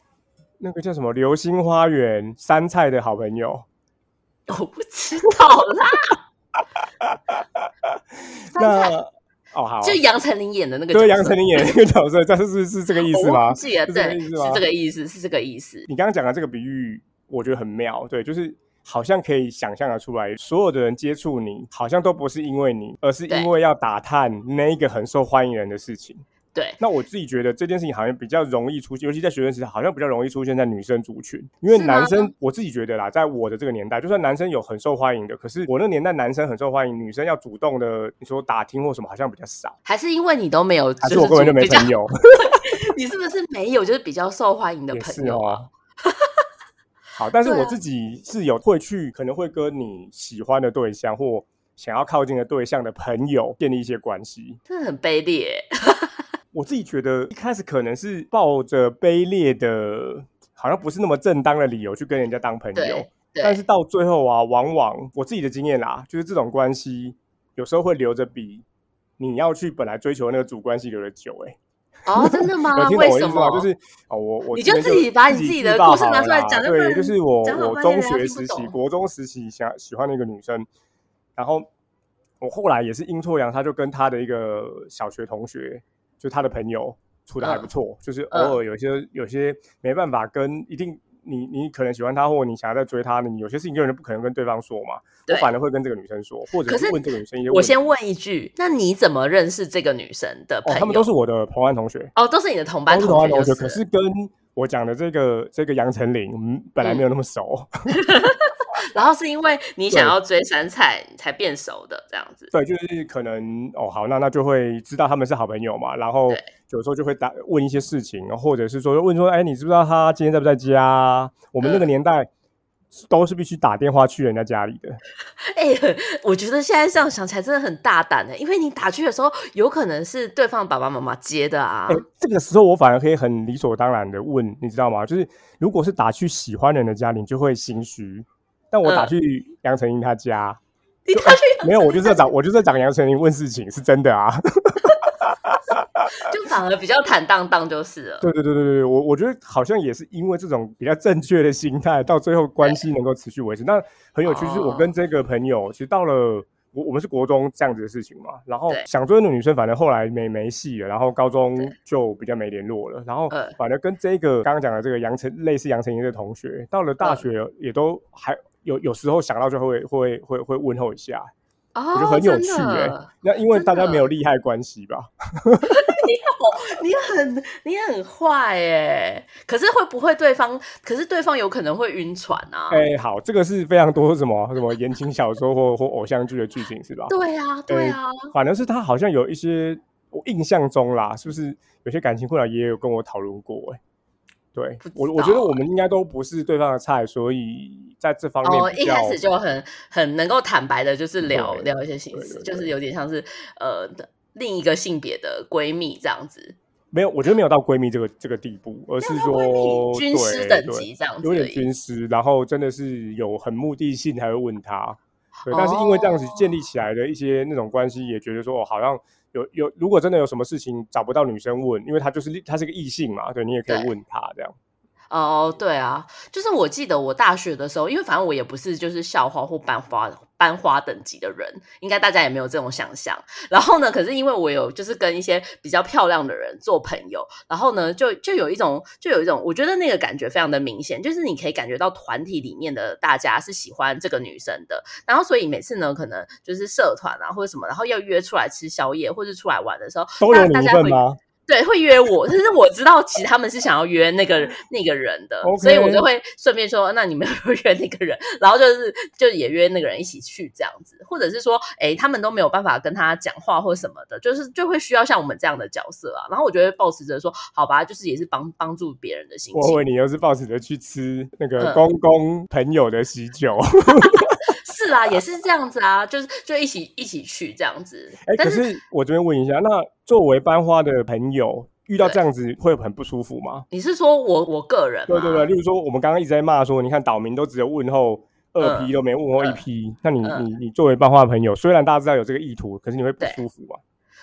S1: 那个叫什么？流星花园杉菜的好朋友。
S2: 我不知道啦，杉菜
S1: 那哦好，
S2: 就杨丞琳演的那个角色，
S1: 对杨丞琳演那个角色，这是是是这个意思
S2: 我忘
S1: 吗？
S2: 记了，
S1: 是这个
S2: 对，
S1: 意
S2: 是
S1: 思吗
S2: 这个意思，是这个意思。
S1: 你刚刚讲的这个比喻，我觉得很妙，对，就是好像可以想象的啊出来，所有的人接触你，好像都不是因为你，而是
S2: 对
S1: 因为要打探那一个很受欢迎人的事情。
S2: 对，
S1: 那我自己觉得这件事情好像比较容易出现，尤其在学生时代，好像比较容易出现在女生族群，因为
S2: 是吗
S1: 男生我自己觉得啦，在我的这个年代，就算男生有很受欢迎的，可是我那个年代男生很受欢迎，女生要主动的你说打听或什么，好像比较少，
S2: 还是因为你都没有，
S1: 还
S2: 就是
S1: 我根本就没
S2: 比较
S1: 朋，友，
S2: 你是不是没有就是比较受欢迎的
S1: 也
S2: 朋
S1: 是
S2: 友啊？
S1: 哦。好，但是
S2: 对啊
S1: 我自己是有会去，可能会跟你喜欢的对象或想要靠近的对象的朋友建立一些关系。
S2: 真的很卑劣欸，
S1: 我自己觉得一开始可能是抱着卑劣的，好像不是那么正当的理由去跟人家当朋友
S2: 对，
S1: 但
S2: 对
S1: 是到最后啊，往往我自己的经验啦，就是这种关系有时候会留着比你要去本来追求的那个主关系留的久、欸。
S2: 哦，真的吗
S1: 有？呃听懂
S2: 为
S1: 我意
S2: 什
S1: 思吗？
S2: 么？
S1: 就是哦，我我
S2: 你
S1: 这
S2: 就
S1: 边
S2: 自己把你自己的故事
S1: 自曝
S2: 拿出来
S1: 好了
S2: 讲
S1: 啦
S2: 就不
S1: 对，
S2: 能
S1: 就是我
S2: 讲好
S1: 我
S2: 半天
S1: 中
S2: 人家
S1: 学
S2: 听不
S1: 时期、
S2: 懂
S1: 国中时期想喜欢的一个女生，然后我后来也是阴错阳差，就跟她的一个小学同学，就她的朋友处的还不
S2: 嗯
S1: 错，就是
S2: 嗯
S1: 偶尔有些、有些没办法跟一定。你你可能喜欢她，或你想要再追她，你有些事情根本就不可能跟对方说嘛。我
S2: 对
S1: 反而会跟这个女生说，或者
S2: 可是
S1: 是问这个女生一些
S2: 我
S1: 问题。
S2: 先问一句，那你怎么认识这个女生的
S1: 哦，
S2: 朋
S1: 他们都
S2: 友？
S1: 是我的同班同学。
S2: 哦，都是你的同班
S1: 都是
S2: 同
S1: 班
S2: 学
S1: 同
S2: 就
S1: 学，可
S2: 了，
S1: 是跟我讲的这个这个杨丞琳，嗯，本来没有那么熟，
S2: 然后是因为你想
S1: 对
S2: 要追杉菜你才变熟的这样子。
S1: 对，就是可能哦，好，那那就会知道他们是好朋友嘛，然后
S2: 对
S1: 有时候就会打问一些事情，或者是说问说，哎，你知不知道他今天在不在家啊？我们那个
S2: 嗯
S1: 年代。都是必须打电话去人家家里的，
S2: 哎、我觉得现在这样想起来真的很大胆的、因为你打去的时候，有可能是对方爸爸妈妈接的啊
S1: 哎、。这个时候我反而可以很理所当然的问，你知道吗？就是如果是打去喜欢人的家里，你就会心虚，但我打
S2: 嗯
S1: 去杨丞琳他家，
S2: 你打去
S1: 没有，我就是在找，我就是在找杨丞琳问事情，是真的啊。
S2: 就反而比较坦荡荡就是了。
S1: 对对对对对，我我觉得好像也是因为这种比较正确的心态，到最后关系能够持续维持。那很有趣，就是我
S2: 哦
S1: 跟这个朋友，其实到了我我们是国中这样子的事情嘛，然后
S2: 对
S1: 想追的女生，反正后来没没戏了，然后高中
S2: 对
S1: 就比较没联络了，然后
S2: 嗯
S1: 反正跟这个刚刚讲的这个杨丞类似杨丞琳的同学，到了大
S2: 嗯
S1: 学也都还有有时候想到就会会会会问候一下，
S2: 哦，
S1: 我觉得很有趣
S2: 真的
S1: 哎、那因为
S2: 真
S1: 大家
S2: 的
S1: 没有利害关系吧。欸
S2: 你很你很坏哎，可是会不会对方？可是对方有可能会晕船啊。
S1: 哎、好，这个是非常多什么什么言情小说或或偶像剧的剧情是吧？
S2: 对啊，对啊，
S1: 反而是他好像有一些我印象中啦，是不是有些感情困扰也有跟我讨论过、欸？哎，对
S2: 不知
S1: 我我觉得
S2: 道啊
S1: 我们应该都不是对方的菜，所以在这方面
S2: 哦，
S1: 比
S2: 一开
S1: 较
S2: 始就很很能够坦白的，就是聊
S1: 对
S2: 聊一些心
S1: 对
S2: 思，
S1: 对
S2: 就是有点像是呃另一个性别的闺蜜这样子，
S1: 没有，我觉得没有到闺蜜这个这个地步，而是说
S2: 军师
S1: 对
S2: 等
S1: 对
S2: 级这样子
S1: 有
S2: 而
S1: 点
S2: 已。
S1: 军师，然后真的是有很目的性才会问他。对，但是因为这样子建立
S2: 哦
S1: 起来的一些那种关系，也觉得说哦，好像有有，如果真的有什么事情找不到女生问，因为他就是他是个异性嘛，对你也可以
S2: 对
S1: 问他这样。
S2: 哦，对啊，就是我记得我大学的时候，因为反正我也不是就是校花或班花班花等级的人，应该大家也没有这种想象。然后呢，可是因为我有就是跟一些比较漂亮的人做朋友，然后呢，就就有一种就有一种，我觉得那个感觉非常的明显，就是你可以感觉到团体里面的大家是喜欢这个女生的，然后所以每次呢，可能就是社团啊或者什么，然后要约出来吃宵夜或者出来玩的时候，
S1: 都有
S2: 那
S1: 你
S2: 大
S1: 一
S2: 家
S1: 份
S2: 会
S1: 吗？
S2: 对，会约我，但是我知道其实他们是想要约那个那个人的
S1: OK
S2: 所以我就会顺便说，那你们有 没有约那个人？然后就是就也约那个人一起去这样子，或者是说，哎，他们都没有办法跟他讲话或什么的，就是就会需要像我们这样的角色啊。然后我就会保持着说，好吧，就是也是帮帮助别人的心
S1: 我以
S2: 情，
S1: 为你又是抱持着去吃那个
S2: 嗯
S1: 公公朋友的喜 酒，
S2: 是啦，也是这样子啊，就是就一起一起去这样子。
S1: 哎、
S2: 但
S1: 可
S2: 是
S1: 是我这边问一下，那作为班花的朋友，遇到
S2: 对
S1: 这样子会很不舒服吗？
S2: 你是说我我个人
S1: 对对对，
S2: 吗
S1: 例如说我们刚刚一直在骂说，你看岛民都只有问候二 P
S2: 嗯
S1: 都没问候一
S2: 嗯
S1: P，、那你、
S2: 嗯
S1: 你你作为漫画朋友，虽然大家知道有这个意图，可是你会不
S2: 对
S1: 舒服啊嘛？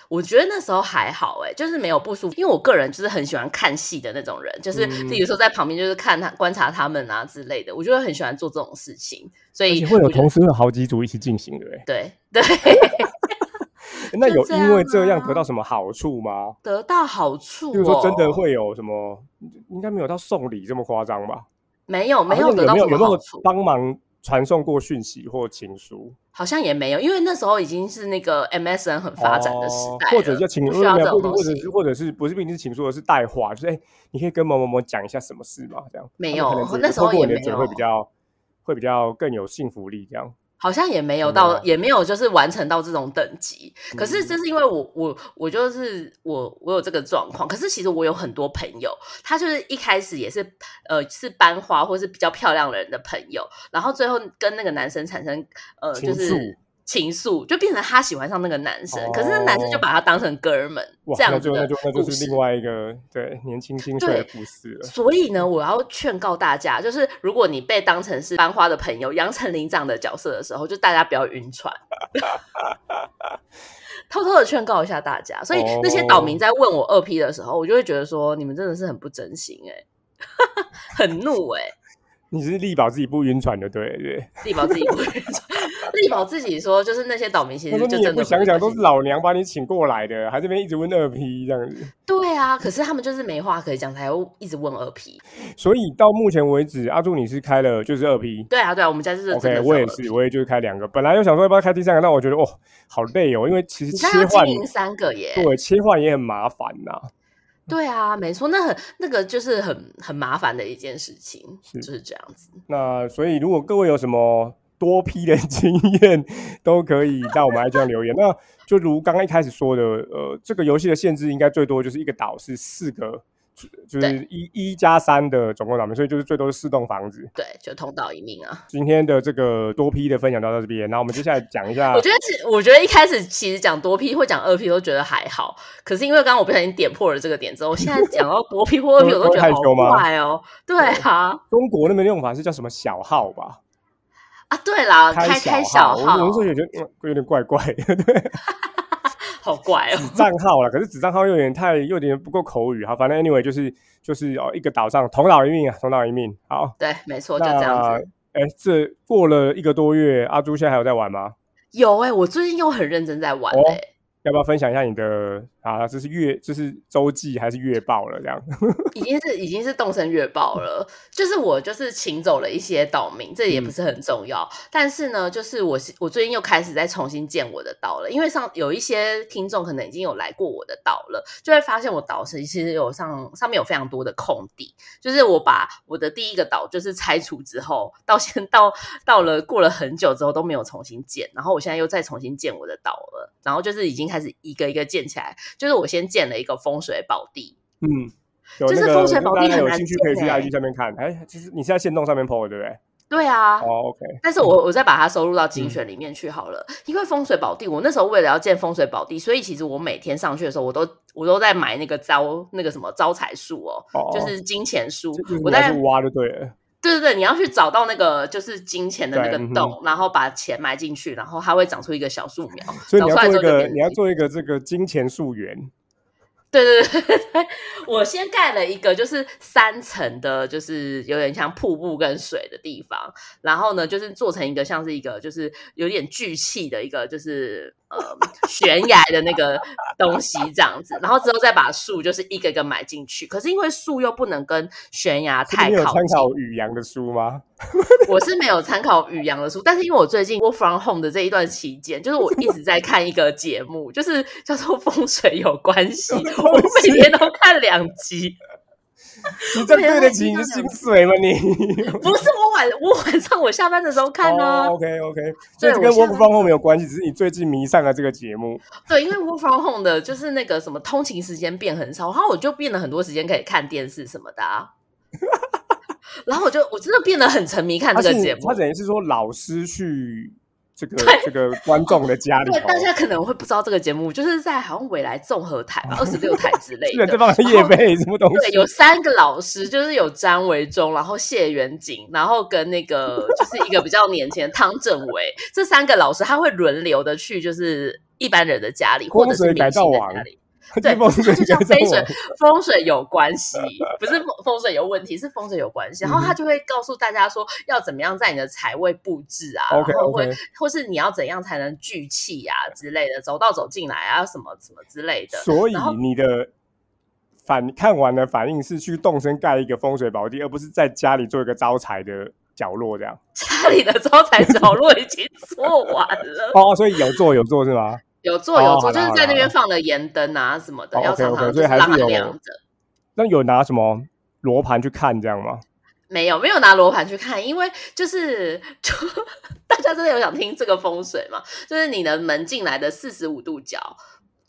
S2: 我觉得那时候还好哎、就是没有不舒服，因为我个人就是很喜欢看戏的那种人，就是
S1: 嗯
S2: 例如说在旁边就是看他观察他们啊之类的，我就会很喜欢做这种事情，所
S1: 而
S2: 以
S1: 且会有
S2: 我觉得
S1: 同时会有好几组一起进行的、欸，
S2: 对对
S1: 那有
S2: 这样
S1: 因为这样
S2: 啊
S1: 得到什么好处吗？
S2: 得到好处、哦，
S1: 例如说真的会有什么？应该没有到送礼这么夸张吧？
S2: 没有没
S1: 好像
S2: 有得
S1: 啊有没
S2: 到什
S1: 有
S2: 么
S1: 有没
S2: 好
S1: 有
S2: 处，
S1: 帮忙传送过讯息或情书？
S2: 好像也没有，因为那时候已经是那个 MSN 很发展的时代
S1: 哦
S2: 了、
S1: 或者叫情
S2: 不
S1: 书，
S2: 需要
S1: 没
S2: 这
S1: 有
S2: 种
S1: 或
S2: 东
S1: 或者
S2: 西
S1: 是或者是不是不一定是情书，而是带话，就是哎、你可以跟某某某讲一下什么事嘛，这样
S2: 没
S1: 他们可能只
S2: 有那时候
S1: 透过
S2: 也
S1: 你的
S2: 没
S1: 嘴会
S2: 有
S1: 比较会比较更有信服力，这样
S2: 好像也没有
S1: 真的吗
S2: 到，也没有就是完成到这种等级。
S1: 嗯
S2: 可是这是因为我我我就是我我有这个状况。可是其实我有很多朋友，他就是一开始也是呃是班花或是比较漂亮的人的朋友，然后最后跟那个男生产生呃
S1: 情
S2: 就
S1: 愫
S2: 是情愫，就变成他喜欢上那个男生，可是那
S1: 哦
S2: 男生就把他当成哥们
S1: 哇，
S2: 这样
S1: 那
S2: 子
S1: 就那
S2: 的
S1: 就那
S2: 故
S1: 就
S2: 事
S1: 是。另外一个对年 轻轻碎的
S2: 对
S1: 故事了。
S2: 所以呢，我要劝告大家，就是如果你被当成是班花的朋友、杨丞琳这样的角色的时候，就大家不要晕船。 偷偷的劝告一下大家，所以那些岛
S1: 哦
S2: 民在问我二 P 的时候，我就会觉得说，你们真的是很不真心哎、 很怒哎、
S1: 你只是力保自己不晕船的，对对。
S2: 力宝自己不晕船， 力宝自己说，就是那些岛民其
S1: 他
S2: 实
S1: 说
S2: 就
S1: 你
S2: 真
S1: 也
S2: 的
S1: 不
S2: 不
S1: 想想，都是
S2: 真心
S1: 老娘把你请过来的，还这边一直问二 P 这样子。
S2: 对啊，可是他们就是没话可以讲，才会一直问二 P。
S1: 所以到目前为止，阿柱你是开了就是二 P，
S2: 对啊，对啊，我们家就是真
S1: OK，
S2: 的
S1: 我也
S2: 有2
S1: 是，
S2: P
S1: 我也就是开两个。本来又想说要不要开第三个，但我觉得哦，好累哦，因为其实
S2: 你
S1: 切
S2: 现在要
S1: 换
S2: 经营三个耶，
S1: 对切换也很麻烦呐、
S2: 对啊，没错，那很那个就是很很麻烦的一件事情，
S1: 是
S2: 就是这样子。
S1: 那所以如果各位有什么多批的 经验，都可以到我们 IG 上留言。那就如刚刚一开始说的，呃，这个游戏的限制应该最多就是一个岛是四个。就就是
S2: 对
S1: 一一加三的总共岛民，所以就是最多是四栋房子。
S2: 对，就同道一命啊。
S1: 今天的这个多批的分享到到这边，那我们接下来讲一下
S2: 我觉得其，我觉得一开始其实讲多 P 或讲二 P 都觉得还好，可是因为刚刚我不小心点破了这个点之后，我现在讲到多 P 或二 P
S1: 会
S2: 我都觉
S1: 会害
S2: 得好
S1: 羞吗
S2: 怪哦。对啊，
S1: 中国那边的用法是叫什么小号吧？
S2: 啊对啦，开
S1: 开
S2: 开小
S1: 我
S2: 号
S1: 有时候也觉得嗯有点怪怪 的，对，
S2: 好怪哦。
S1: 账号啦，可是子账号又有点太，又有点不够口语。好，反正 anyway 就是就是哦，一个岛上同岛一命啊，同岛一命。好，
S2: 对，没错，哦就这样
S1: 那
S2: 子。
S1: 哎，这过了一个多月，阿朱现在还有在玩吗？
S2: 有哎、我最近又很认真在玩
S1: 哦
S2: 哎、
S1: 要不要分享一下你的啊，这是月，这是周记还是月报了这样。
S2: 已经是已经是动身月报了，就是我就是请走了一些岛民，这也不是很重要。但是呢，就是我是我最近又开始在重新建我的岛了，因为上有一些听众可能已经有来过我的岛了，就会发现我岛是其实有上上面有非常多的空地，就是我把我的第一个岛就是拆除之后，到现到到了过了很久之后都没有重新建，然后我现在又再重新建我的岛了，然后就是已经开始一个一个建起来，就是我先建了一个风水宝地，
S1: 嗯，有
S2: 就是
S1: 那个
S2: 风水宝地
S1: 大家
S2: 很
S1: 有
S2: 难
S1: 兴趣
S2: 建
S1: 可以去
S2: 欸
S1: IG 上面看。哎，其实你是在线动上面 PO 的对不对？
S2: 对啊，
S1: 哦，OK，
S2: 但是我我再把它收入到
S1: 嗯
S2: 精选里面去好了，因为风水宝地，我那时候为了要建风水宝地，所以其实我每天上去的时候，我都我都在买那个招那个什么招财树哦，
S1: 哦，
S2: 就是金钱树
S1: 就就是，
S2: 我
S1: 你要
S2: 在
S1: 去挖就对了。
S2: 对对对，你要去找到那个就是金钱的那个
S1: 对嗯哼
S2: 洞，然后把钱埋进去，然后它会长出一个小树苗，
S1: 所以你要
S2: 找
S1: 做一
S2: 出来之后就
S1: 个，
S2: 变
S1: 你要做一个这个金钱溯源。
S2: 对对对对对，我先盖了一个就是三层的，就是有点像瀑布跟水的地方，然后呢，就是做成一个像是一个就是有点聚气的一个就是呃悬崖的那个东西这样子，然后之后再把树就是一个一个埋进去，可是因为树又不能跟悬崖太
S1: 你有
S2: 靠
S1: 参
S2: 近，
S1: 考宇阳的书 吗？
S2: 我是没有参考宇阳的书，但是因为我最近 work from home 的这一段期间，就是我一直在看一个节目，就是叫做《风水有关系》，我每天都看两集。
S1: 你这样对得起你的薪水吗？你
S2: 不是我晚我晚上我下班的时候 看啊，
S1: o k OK，所以这跟
S2: 我现在
S1: work from home 没有关系，只是你最近迷上了这个节目。
S2: 对，因为 work from home 的就是那个什么通勤时间变很少，然后我就变了很多时间可以看电视什么的、啊，然后我就我真的变得很沉迷看
S1: 他
S2: 这
S1: 是
S2: 个节目
S1: 他。等于是说老师去这个
S2: 对
S1: 这个观众的家里头
S2: 对，，大家可能会不知道这个节目，就是在好像未来综合台吧，二十六台之类
S1: 居然
S2: 的
S1: 这。帮人夜背什么东
S2: 对，
S1: 西？
S2: 有三个老师，就是有詹维忠，然后谢元景，然后跟那个就是一个比较年轻的汤正伟，这三个老师他会轮流的去，就是一般人的家里或者
S1: 风
S2: 是
S1: 水
S2: 明
S1: 改造
S2: 星的
S1: 王
S2: 家里。
S1: 这
S2: 对，
S1: 帮
S2: 不是它
S1: 人
S2: 就叫
S1: 跟着
S2: 风
S1: 我
S2: 水，风水有关系，不是风风水有问题，是风水有关系。然后
S1: 嗯
S2: 他
S1: 哼
S2: 就会告诉大家说，要怎么样在你的财位布置啊
S1: OK，
S2: 然后会
S1: OK
S2: 或是你要怎样才能聚气啊之类的，走到走进来啊，什么什么之类的。
S1: 所以
S2: 然后
S1: 你的反看完的反应是去动身盖一个风水宝地，而不是在家里做一个招财的角落这样。，
S2: 家里的招财角落已经做完了
S1: 哦，所以有做有做是吗？
S2: 有做有
S1: 哦好
S2: 做，
S1: 啦
S2: 就是
S1: 好
S2: 在
S1: 啦
S2: 那边放了盐灯啊什么的，
S1: 哦
S2: 要
S1: OK，
S2: 常
S1: OK，
S2: 常就
S1: 所以还是
S2: 让它
S1: 有哦
S2: 亮着。
S1: 那有拿什么罗盘去看这样吗？
S2: 没有没有拿罗盘去看，因为就是就 大家真的有想听这个风水嘛？就是你的门进来的四十五度角，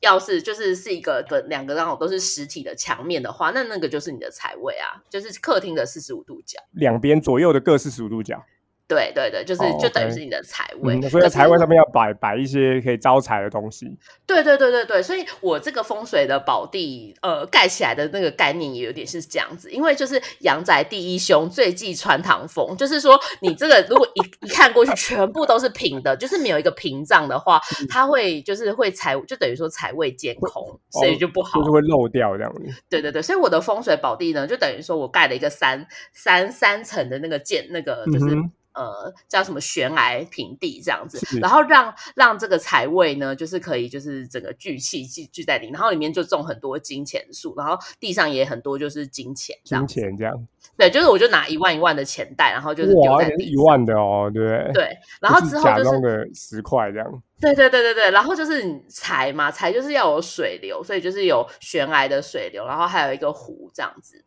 S2: 要是就是是一个个两个刚好都是实体的墙面的话，那那个就是你的财位啊，就是客厅的四十五度角。
S1: 两边左右的各四十五度角，
S2: 对对对，就是、
S1: 哦
S2: 就等于
S1: OK
S2: 是你的财位。
S1: 嗯，所以在
S2: 可是
S1: 财位上面要摆摆一些可以招财的东西。
S2: 对对对对对，所以我这个风水的宝地，呃，盖起来的那个概念也有点是这样子，因为就是阳宅第一凶，最忌穿堂风，就是说你这个如果一一看过去，全部都是平的，就是没有一个屏障的话，它会就是会财，就等于说财位监空，所以就不好。
S1: 就是会漏掉这样子。
S2: 对对对，所以我的风水宝地呢，就等于说我盖了一个三三三层的那个建，那个就是、
S1: 嗯哼
S2: 呃叫什么悬崖平地这样子
S1: 是，
S2: 然后让让这个财位呢，就是可以就是整个聚气聚聚在里面，然后里面就种很多金钱树，然后地上也很多就是金钱这
S1: 金
S2: 样子。
S1: 钱这样，
S2: 对，就是我就拿一万一万的钱袋，然后就是丢
S1: 哇，而且
S2: 在
S1: 是
S2: 地
S1: 一
S2: 上。
S1: 万的哦，对不对？
S2: 对，然后
S1: 不是
S2: 之后
S1: 假
S2: 就是
S1: 装的哦十块这 样，
S2: 对对对对对，然后就是你财嘛，财就是要有水流，所以就是有悬崖的水流，然后还有一个湖这样子。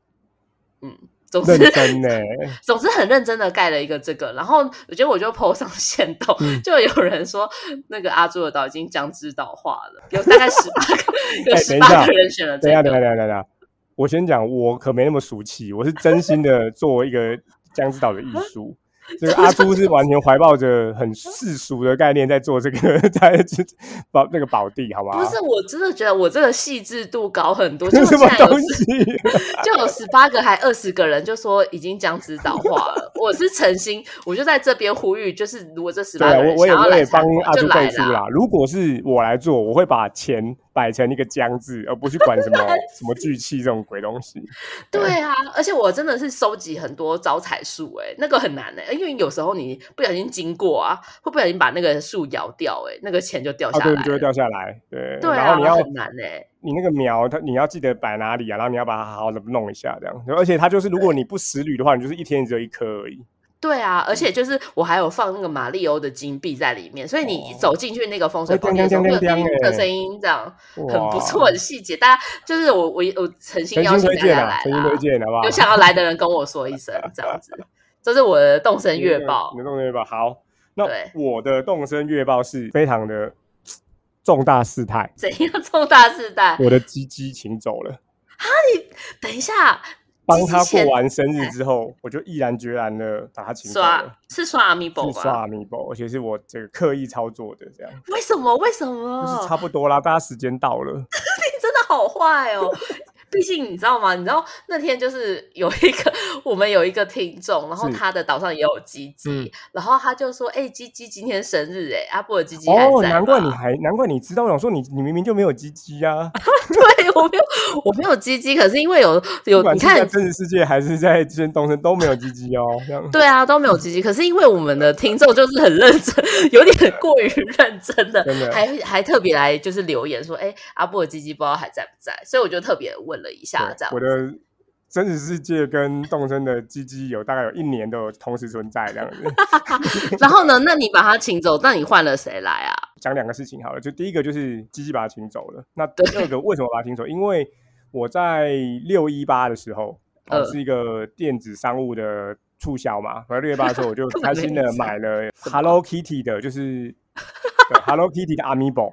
S2: 嗯，总之
S1: 认真呢。
S2: 总之很认真的盖了一个这个，然后我觉得我就 PO 上线动，
S1: 嗯
S2: 就有人说那个阿朱的岛已经僵尸岛化了，有大概十八个，有
S1: 哎等
S2: 十
S1: 一下
S2: 八个人选了这
S1: 等一下，
S2: 个。
S1: 等一下，等一下，等一下，我先讲，我可没那么俗气，我是真心的作为一个江之岛的艺 术。这个阿朱是完全怀抱着很世俗的概念在做这个， 在这保那个宝地，好吗？
S2: 不是，我真的觉得我这个细致度高很多，
S1: 这
S2: 就
S1: 是
S2: 是
S1: 什
S2: 现
S1: 么
S2: 在有
S1: 东 西？
S2: 就有十八个还二十个人就说已经僵尸岛化了。我是诚心，我就在这边呼吁，就是如果这十
S1: 对
S2: 八
S1: 啊，
S2: 个人
S1: 我我也
S2: 想要
S1: 我
S2: 来
S1: 也
S2: 参
S1: 帮
S2: 观
S1: 阿
S2: 就
S1: 朱
S2: 来
S1: 背书
S2: 啦。
S1: 啦。如果是我来做，我会把钱摆成一个将字，而不去管 什么什么聚气这种鬼东西。
S2: 对啊，而且我真的是收集很多招财树，哎，那个很难哎、因为有时候你不小心经过啊，会不小心把那个树摇掉、哎，那个钱就掉
S1: 啊，
S2: 下
S1: 对，
S2: 来
S1: 就会
S2: 了。
S1: 掉下来。对，
S2: 对
S1: 然
S2: 啊，
S1: 后你要
S2: 很难哎、
S1: 你那个苗，它你要记得摆哪里啊，然后你要把它好好的弄一下，这样。而且它就是，如果你不识履的话，你就是一天只有一颗而已。
S2: 对啊，而且就是我还有放那个马里欧的金币在里面，所以你
S1: 哦
S2: 走进去那个风水
S1: 会
S2: 宝地的时候，会
S1: 叮
S2: 有
S1: 叮叮
S2: 叮
S1: 叮
S2: 的
S1: 欸
S2: 声音，这样很
S1: 哇
S2: 不错，很细节。大家就是我我我诚
S1: 诚
S2: 心邀
S1: 心
S2: 请
S1: 推荐
S2: 大家
S1: 啊，
S2: 来
S1: 诚心
S2: 啦，
S1: 推荐，好不好？
S2: 有想要来的人跟我说一声，这样子，这是我的动身月报
S1: 你。的动身月报好。那
S2: 对
S1: 我的动身月报是非常的重大事态，
S2: 怎样重大事态？
S1: 我的鸡鸡请走了。
S2: 等一下，
S1: 帮他
S2: 鸡鸡
S1: 过
S2: 前
S1: 完生日之后，我就毅然决然的把他请走了
S2: 刷。是刷
S1: 是
S2: Amiibo 吗？
S1: 刷 amiibo，而且是我这个刻意操作的，这样
S2: 为什么？为什
S1: 就是
S2: 么？哎
S1: 差不多啦，大家时间到了。
S2: 你真的好坏哦！毕竟你知道吗？你知道那天就是有一个我们有一个听众，然后
S1: 是
S2: 他的岛上也有鸡鸡，
S1: 嗯
S2: 然后他就说：“哎、鸡鸡今天生日哎、阿布尔鸡鸡还在吗
S1: 哦，难怪你还难怪你知道，我想说你你明明就没有鸡鸡啊，
S2: 对我没有我没有鸡鸡，可是因为有
S1: 不
S2: 有
S1: 管
S2: 你
S1: 是在
S2: 看
S1: 真实世界还是在之前东森都没有鸡鸡哦，这样。
S2: 对啊，都没有积极。可是因为我们的听众就是很认真， 有点过于认真的，
S1: 真的
S2: 还还特别来就是留言说，哎、阿布的鸡鸡不知道还在不在，所以我就特别问了一下，
S1: 对
S2: 啊这样
S1: 我的真实世界跟动森的鸡鸡有大概有一年都有同时存在这样子。
S2: 然后呢，那你把他请走，那你换了谁来啊？
S1: 讲两个事情好了，就第一个就是鸡鸡把它请走了，那第二个为什么把它请走？因为我在六一八的时候，我、
S2: 呃
S1: 是一个电子商务的促销嘛，然后六一八的时候我就
S2: 根
S1: 开
S2: 本没
S1: 心的
S2: 印象
S1: 买了
S2: 什么
S1: Hello Kitty 的，就是 对 Hello Kitty 的 Amiibo，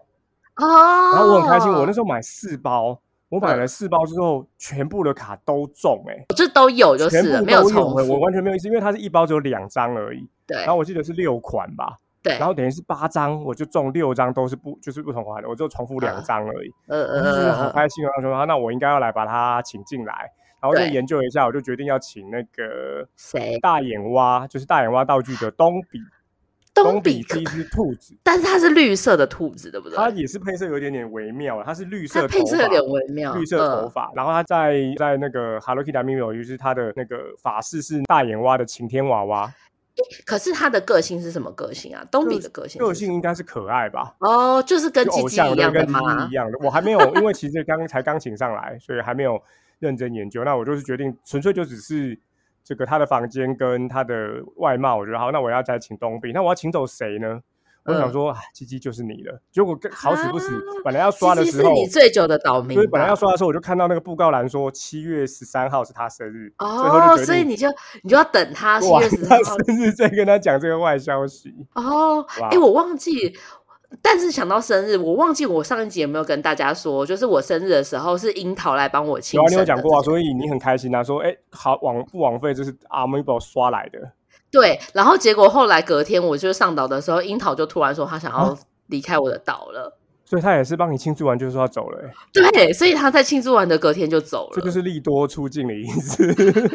S2: 哦，
S1: 然后我很开心，我那时候买四包。我买
S2: 嗯
S1: 了四包之后，全部的卡都中哎、欸
S2: 就都有就是
S1: 全部
S2: 了
S1: 都
S2: 没有
S1: 用
S2: 重
S1: 欸我
S2: 复，
S1: 完全没有意思，因为它是一包只有两张而已。
S2: 对
S1: 然后我记得是六款吧，
S2: 对，
S1: 然后等于是八张，我就中六张都是不就是不同款的，我就重复两张而已，
S2: 呃
S1: 我就觉得好
S2: 呃呃，
S1: 开心哦。然后说啊那我应该要来把它请进来，然后就
S2: 对
S1: 研究一下，我就决定要请那个
S2: 谁？
S1: 大眼蛙，就是大眼蛙道具的东比，
S2: 东
S1: 比
S2: 比克
S1: 是一只兔 子，
S2: 但是它是绿色的兔子，对不对？
S1: 它也是配色有点点微妙，它是绿色
S2: 它
S1: 头
S2: 配色有点
S1: 发。
S2: 微妙，
S1: 绿色头
S2: 嗯
S1: 发，然后它在在那个 Hello Kitty 的 Amiibo，就是它的那个法式是大眼蛙的晴天娃娃，
S2: 可是它的个性是什么个性啊？东比的个性是
S1: 个
S2: 什么
S1: 性应该是可爱吧？
S2: 哦，就是跟
S1: 就
S2: 鸡
S1: 偶
S2: 鸡
S1: 像
S2: 一
S1: 对
S2: 样
S1: 跟
S2: 的
S1: 鸡
S2: 吗？
S1: 鸡一样的。我还没有，因为其实刚才刚请上来，所以还没有认真研究。那我就是决定，纯粹就只是这个他的房间跟他的外貌，我觉得好，那我要再请东壁，那我要请走谁呢？我就想说，啊鸡鸡就是你了。结果跟好死不死
S2: 嗯啊，
S1: 本来要刷的
S2: 鸡鸡
S1: 时候
S2: 是，你最久的岛民
S1: 所
S2: 吧，
S1: 以本来要刷的时候，我就看到那个布告栏说七月十三号是他生日，最后
S2: 哦，
S1: 就决定
S2: 所以你就你就要等他七
S1: 哇，
S2: 月十
S1: 他
S2: 三号
S1: 生日再跟他讲这个坏消息。
S2: 哦。
S1: 哇
S2: 哎，我忘记，但是想到生日，我忘记我上一集有没有跟大家说，就是我生日的时候是樱桃来帮我庆
S1: 有啊，你
S2: 生
S1: 有
S2: 的
S1: 讲过啊，
S2: 这件
S1: 所以你很开心啊，说哎、好枉不枉费，这是 Amiibo 刷来的。
S2: 对，然后结果后来隔天我就上岛的时候，樱桃就突然说他想要
S1: 啊
S2: 离开我的岛 了。
S1: 所以他也是帮你庆祝完就说要走了、欸，
S2: 对，所以他在庆祝完的隔天就走
S1: 这就
S2: 了。
S1: 是利多出尽的意 思。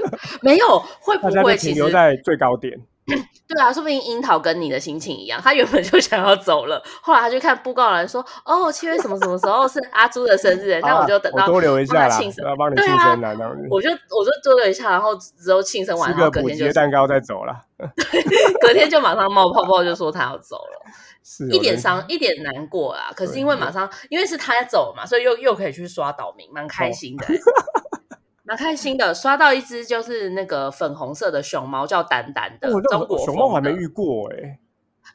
S2: 没有，会不
S1: 大家就
S2: 会其
S1: 停
S2: 实
S1: 留在最高点，
S2: 对啊，说不定樱桃跟你的心情一样，他原本就想要走了，后来他就看布告栏说，哦，七月什么什么时候是阿朱的生日，欸那
S1: 好
S2: 我
S1: 啦
S2: 就等
S1: 啊我
S2: 到
S1: 多留一下
S2: 帮
S1: 啦
S2: 他庆，生
S1: 要帮你
S2: 对
S1: 庆
S2: 啊
S1: 生啦，这样子
S2: 我就我就多留一下，然后之后庆生完，
S1: 吃
S2: 然
S1: 个
S2: 后隔
S1: 补
S2: 天就
S1: 鸡蛋糕再走啦。
S2: 隔天就马上冒泡泡，就说他要走了，
S1: 是
S2: 一点
S1: 我觉得
S2: 伤一点难过啦。可是
S1: 对
S2: 因为马上因为是他走嘛，所以又又可以去刷岛民，蛮
S1: 哦
S2: 开 心的欸、蛮开心的。刷到一只就是那个粉红色的熊猫，叫丹丹的，
S1: 哦那
S2: 中
S1: 我
S2: 国
S1: 熊猫
S2: 风
S1: 还没
S2: 的
S1: 遇过哎，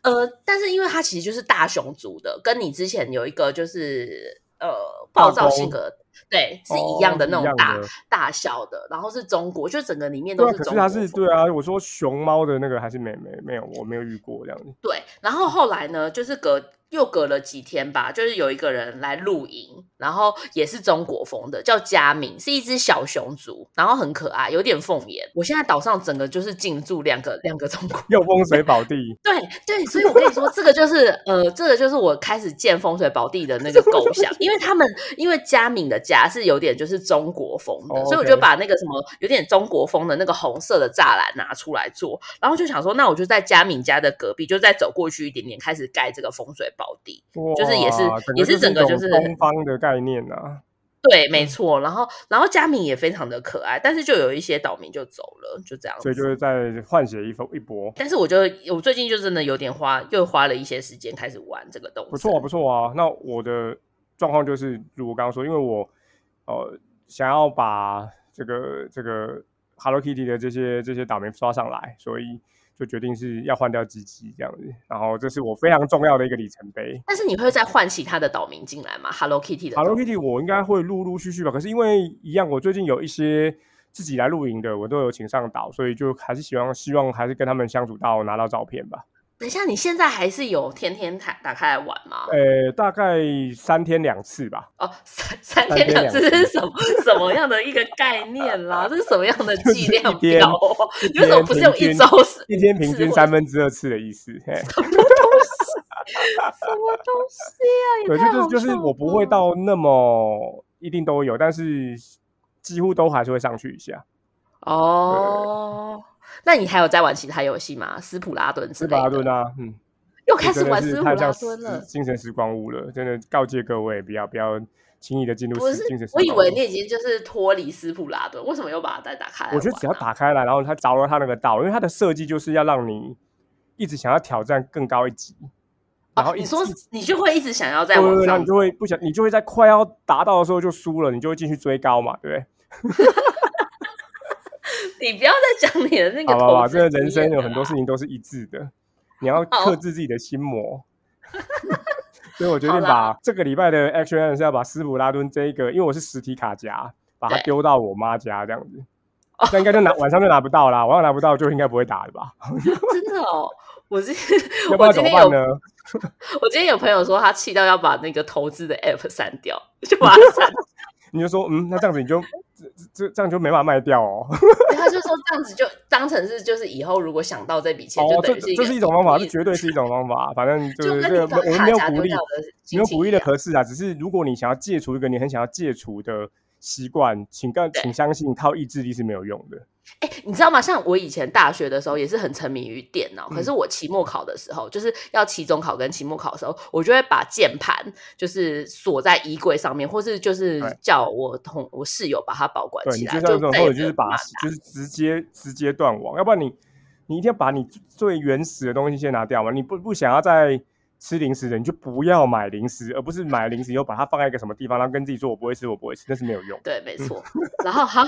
S2: 呃，但是因为它其实就是大熊族的，跟你之前有一个就是呃
S1: 大
S2: 暴躁
S1: 公
S2: 性格，对，是
S1: 哦
S2: 一样的那
S1: 一
S2: 种
S1: 样
S2: 大
S1: 的
S2: 大小的，然后是中国，就整个里面
S1: 对
S2: 都
S1: 啊，
S2: 是
S1: 可
S2: 中
S1: 是
S2: 国
S1: 它
S2: 风。
S1: 是对啊，我说熊猫的那个还是没没没有，我没有遇过这样子。
S2: 对然后后来呢，就是隔又隔了几天吧，就是有一个人来露营，然后也是中国风的，叫佳明，是一只小熊族，然后很可爱，有点凤眼。我现在岛上整个就是进驻两个两个中国，
S1: 又风水宝地
S2: 对对， 所以我跟你说，这个就是呃，这个就是我开始建风水宝地的那个构想，因为他们因为佳敏的家是有点就是中国风的
S1: 哦
S2: 所以我
S1: OK
S2: 就把那个什么有点中国风的那个红色的栅栏拿出来做，然后就想说，那我就在佳敏家的隔壁，就再走过去一点点，开始盖这个风水宝地。 就是也是
S1: 哇
S2: 也是整个
S1: 一
S2: 就
S1: 种
S2: 是
S1: 东方的概念啊，
S2: 对，没错。然后，然后佳敏也非常的可爱，但是就有一些岛民就走了，就这样子。
S1: 所以就是在换血一波一波，
S2: 但是我就我最近就真的有点花，又花了一些时间开始玩这个东西。
S1: 不错啊，不错啊。那我的状况就是，如我刚刚说，因为我呃想要把这个这个 Hello Kitty 的这些这些岛民刷上来，所以就决定是要换掉鸡鸡这样子。然后这是我非常重要的一个里程碑。
S2: 但是你会再唤其他的岛民进来吗？Hello Kitty 的岛
S1: Hello
S2: 民
S1: Kitty 我应该会陆陆续续吧，可是因为一样，我最近有一些自己来露营的，我都有请上岛，所以就还是希望希望还是跟他们相处到拿到照片吧。
S2: 等一下，你现在还是有天天打打开来玩吗？
S1: 呃，大概三天两次吧。
S2: 哦，三三
S1: 三
S2: 天
S1: 天
S2: 两
S1: 两
S2: 次
S1: 次
S2: 是什么什么样的一个概念啦？这是什么样的
S1: 就是
S2: 计
S1: 一
S2: 量
S1: 天
S2: 表啊？
S1: 一
S2: 你为什么
S1: 天
S2: 不是用
S1: 平
S2: 一
S1: 均
S2: 周是
S1: 一天平
S2: 是
S1: 均
S2: 或
S1: 三分之二次的意思。嘿，
S2: 什么东西啊？
S1: 对，
S2: 也太
S1: 就是
S2: 好嗯
S1: 就是
S2: 笑
S1: 我不会
S2: 了
S1: 到那么一定都有，但是几乎都还是会上去一下。
S2: 哦。那你还有在玩其他游戏吗？斯普拉顿之
S1: 斯
S2: 类
S1: 巴
S2: 的
S1: 达？顿啊，嗯，
S2: 又开始
S1: 真的
S2: 玩
S1: 是
S2: 斯普
S1: 太像
S2: 拉顿了
S1: 时。精神时光屋了，真的告诫各位不要不要轻易的进入
S2: 不
S1: 时
S2: 是
S1: 精神，时
S2: 我
S1: 光
S2: 以为
S1: 屋
S2: 你已经就是脱离斯普拉顿，为什么又把它再打开来玩啊、
S1: 我觉得只要打开来，然后他着了他那个道，因为它的设计就是要让你一直想要挑战更高一级，然
S2: 哦
S1: 后一
S2: 你
S1: 直
S2: 说
S1: 一直
S2: 你就会一直想要在
S1: 对对
S2: 网
S1: 对，然后
S2: 上
S1: 你就会不想，你就会在快要达到的时候就输了，你就会进去追高嘛，对不对？
S2: 你不要再讲你的 那个
S1: 好吧，好
S2: 投
S1: 吧，
S2: 资
S1: 这个人
S2: 经验
S1: 生有
S2: 了
S1: 很多
S2: 啦
S1: 事情都是一致的，你要
S2: 好
S1: 克制自己的心 魔。所以我决
S2: 好
S1: 定
S2: 啦
S1: 把这个礼拜的 action item 是要把斯普拉敦这一个，因为我是实体卡夹，把它
S2: 对
S1: 丢到我妈家这样子。
S2: 哦
S1: 那应该就拿晚上就拿不到啦，晚上拿不到就应该不会打了 吧？
S2: 真的哦。我今
S1: 要不
S2: 我
S1: 然怎么
S2: 今天
S1: 办
S2: 有
S1: 呢？
S2: 我今天有朋友说他气到要把那个投资的 app 删掉， 就 把它删，
S1: 你就说，嗯，那这样子你就这这这样就没办法卖掉哦。
S2: 掉。他就说这样子就当成是就是以后如果想 到这笔钱，
S1: 哦
S2: 就，
S1: 这
S2: 等于
S1: 这
S2: 是
S1: 是一种方法，这
S2: 就
S1: 绝对是一种方法。反正就
S2: 就是
S1: 这
S2: 跟你
S1: 个
S2: 把
S1: 没，我们
S2: 卡
S1: 没有
S2: 夹
S1: 鼓
S2: 丢
S1: 励
S2: 掉，的
S1: 没
S2: 心
S1: 有
S2: 情
S1: 鼓励
S2: 一
S1: 的
S2: 样。
S1: 合适啊。只是如果你想要戒除一个你很想要戒除的习惯，请告
S2: 对
S1: 请相信靠意志力是没有用的。
S2: 哎、你知道吗？像我以前大学的时候也是很沉迷于电脑，可
S1: 嗯
S2: 是我期末考的时候，就是要期中考跟期末考的时候，我就会把键盘就是锁在衣柜上面，或是就是
S1: 对
S2: 叫我同我室友把它保管
S1: 对
S2: 起
S1: 你
S2: 来，
S1: 就像这种，
S2: 再
S1: 或
S2: 也
S1: 者
S2: 没
S1: 就
S2: 有
S1: 是把
S2: 骂
S1: 就是直接直接断网，要不然你你一定要把你最原始的东西先拿掉嘛。你不不想要再吃零食的，你就不要买零食，而不是买零食以后把它放在一个什么地方，然后跟自己说我不会吃，我不会吃，那是没有用的。
S2: 对，没错。然后好，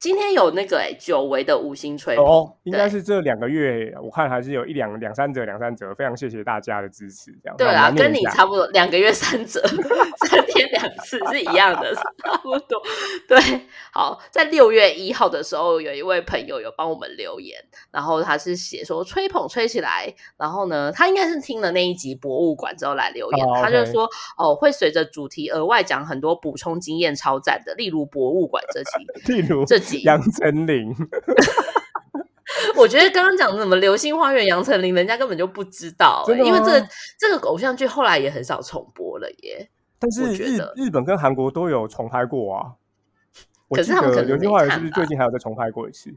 S2: 今天有那个哎、久违的五星吹捧，
S1: 哦，应该
S2: 对
S1: 是这两个月，我看还是有一两两三折，两三折，非常谢谢大家的支持。这样
S2: 对
S1: 啊，
S2: 啊，
S1: 那我们来
S2: 跟
S1: 念一
S2: 你
S1: 下
S2: 差不多，两个月三折， 三天两次是一样的， 差不多。对，好，在六月一号的时候，有一位朋友有帮我们留言，然后他是写说吹捧吹起来，然后呢，他应该是听了那一集博物馆之后来留言，
S1: 哦
S2: 他就
S1: OK
S2: 说哦，会随着主题额外讲很多补充经验，超赞的，例如博物馆这期
S1: 例如
S2: 这集，
S1: 杨丞琳，
S2: 我觉得刚刚讲的什么《流星花园》杨丞琳，人家根本就不知道、欸
S1: 真的
S2: 因为这
S1: 吗
S2: 个这个偶像剧后来也很少重播了耶。
S1: 但是
S2: 我觉
S1: 日
S2: 得
S1: 日本跟韩国都有重拍过啊。我
S2: 可是
S1: 记
S2: 他们可
S1: 得流
S2: 能没
S1: 星花园
S2: 看
S1: 是不是
S2: 吧哦
S1: 最近还有再重拍过一次？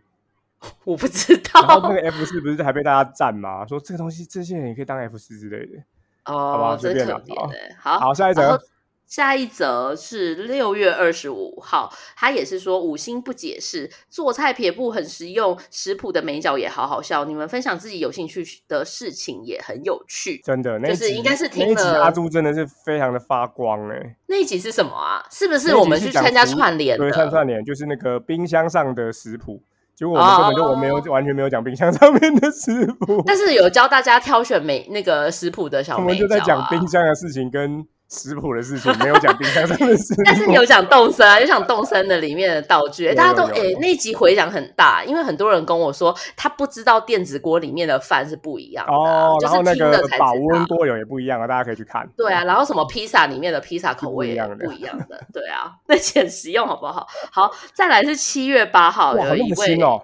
S2: 我不 知
S1: 然后那
S2: 道
S1: 个 F 四不是还被大家赞吗？说这个东西这些人也可以当 F 四之类的。好
S2: 哦
S1: 吧，
S2: 真
S1: 随
S2: 可
S1: 便啦
S2: 怜哎、好，
S1: 好，下一
S2: 然后
S1: 则，
S2: 下一则是六月二十五号，他也是说五星不解释，做菜撇步很实用，食谱的美角也好好笑，你们分享自己有兴趣的事情也很有趣。
S1: 真的那一
S2: 就是
S1: 集
S2: 应该是听
S1: 那一集
S2: 了
S1: 阿朱真的是非常的发光哎、
S2: 那一集是什么啊？是不
S1: 那一
S2: 是
S1: 集
S2: 我们
S1: 是
S2: 去
S1: 讲
S2: 参加
S1: 服
S2: 串联的？
S1: 对，串串联就是那个冰箱上的食谱，结果我们根本就我没有、
S2: 哦
S1: 完全没有讲冰箱上面的食谱，
S2: 但是有教大家挑选美那个食谱的小
S1: 我
S2: 美、啊、
S1: 们就在讲冰箱的事情跟食谱的事情，没有讲冰箱上的食
S2: 但是
S1: 谱
S2: 你。有讲动森啊，有讲动森的里面的道具，欸
S1: 有
S2: 大家都
S1: 有有
S2: 诶、
S1: 有
S2: 那一集回响很大，因为很多人跟我说他不知道电子锅里面的饭是不一样的啊、
S1: 哦，
S2: 就
S1: 然
S2: 是
S1: 后那
S2: 听
S1: 个
S2: 了才知道
S1: 保温。锅有也不一样啊，大家可以去看。
S2: 对啊，然后什么披萨里面的披萨口味也
S1: 是不一样的
S2: 不一样的，对啊， 那集很实用，好不好？好，再来是七月八号，
S1: 哇，好
S2: 有
S1: 用
S2: 一位
S1: 心哦，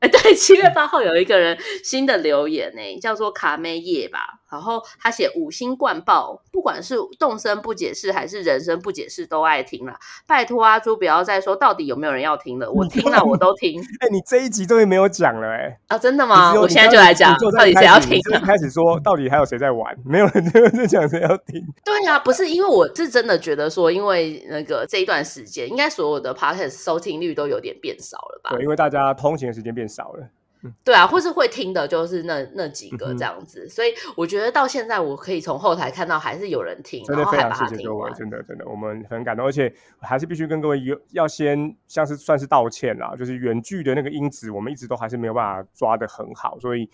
S2: 哎，对，七月八号有一个人新的留言呢、叫做卡妹叶吧，然后他写五星灌爆，不管是动声不解释还是人声不解释都爱听了。拜托阿朱不要再说到底有没有人要听了，我听了我都 听
S1: 哎、你这一集终于没有讲了、哎。
S2: 啊，真的
S1: 你
S2: 吗？
S1: 只有
S2: 我
S1: 你
S2: 现在
S1: 刚
S2: 就
S1: 刚
S2: 来讲
S1: 你就，在
S2: 到底
S1: 开
S2: 谁要
S1: 始你
S2: 听
S1: 就
S2: 啊
S1: 一？开始说到底还有谁在玩，没有人就在讲谁要 听。
S2: 对啊，不是因为我是真的觉得说，因为那个这一段时间，应该所有的 podcast 收听率都有点变少了吧？
S1: 对，因为大家通勤的时间变少了。
S2: 对啊，或是会听的，就是那那几个
S1: 嗯哼
S2: 这样子。所以我觉得到现在，我可以从后台看到还是有人听，
S1: 真
S2: 然
S1: 的
S2: 后
S1: 非
S2: 还
S1: 常
S2: 把
S1: 谢
S2: 它
S1: 谢
S2: 听
S1: 各位
S2: 完，。
S1: 真的真的，我们很感动，而且还是必须跟各位有要先像是算是道歉啦，就是远距的那个音质，我们一直都还是没有办法抓的很好，所以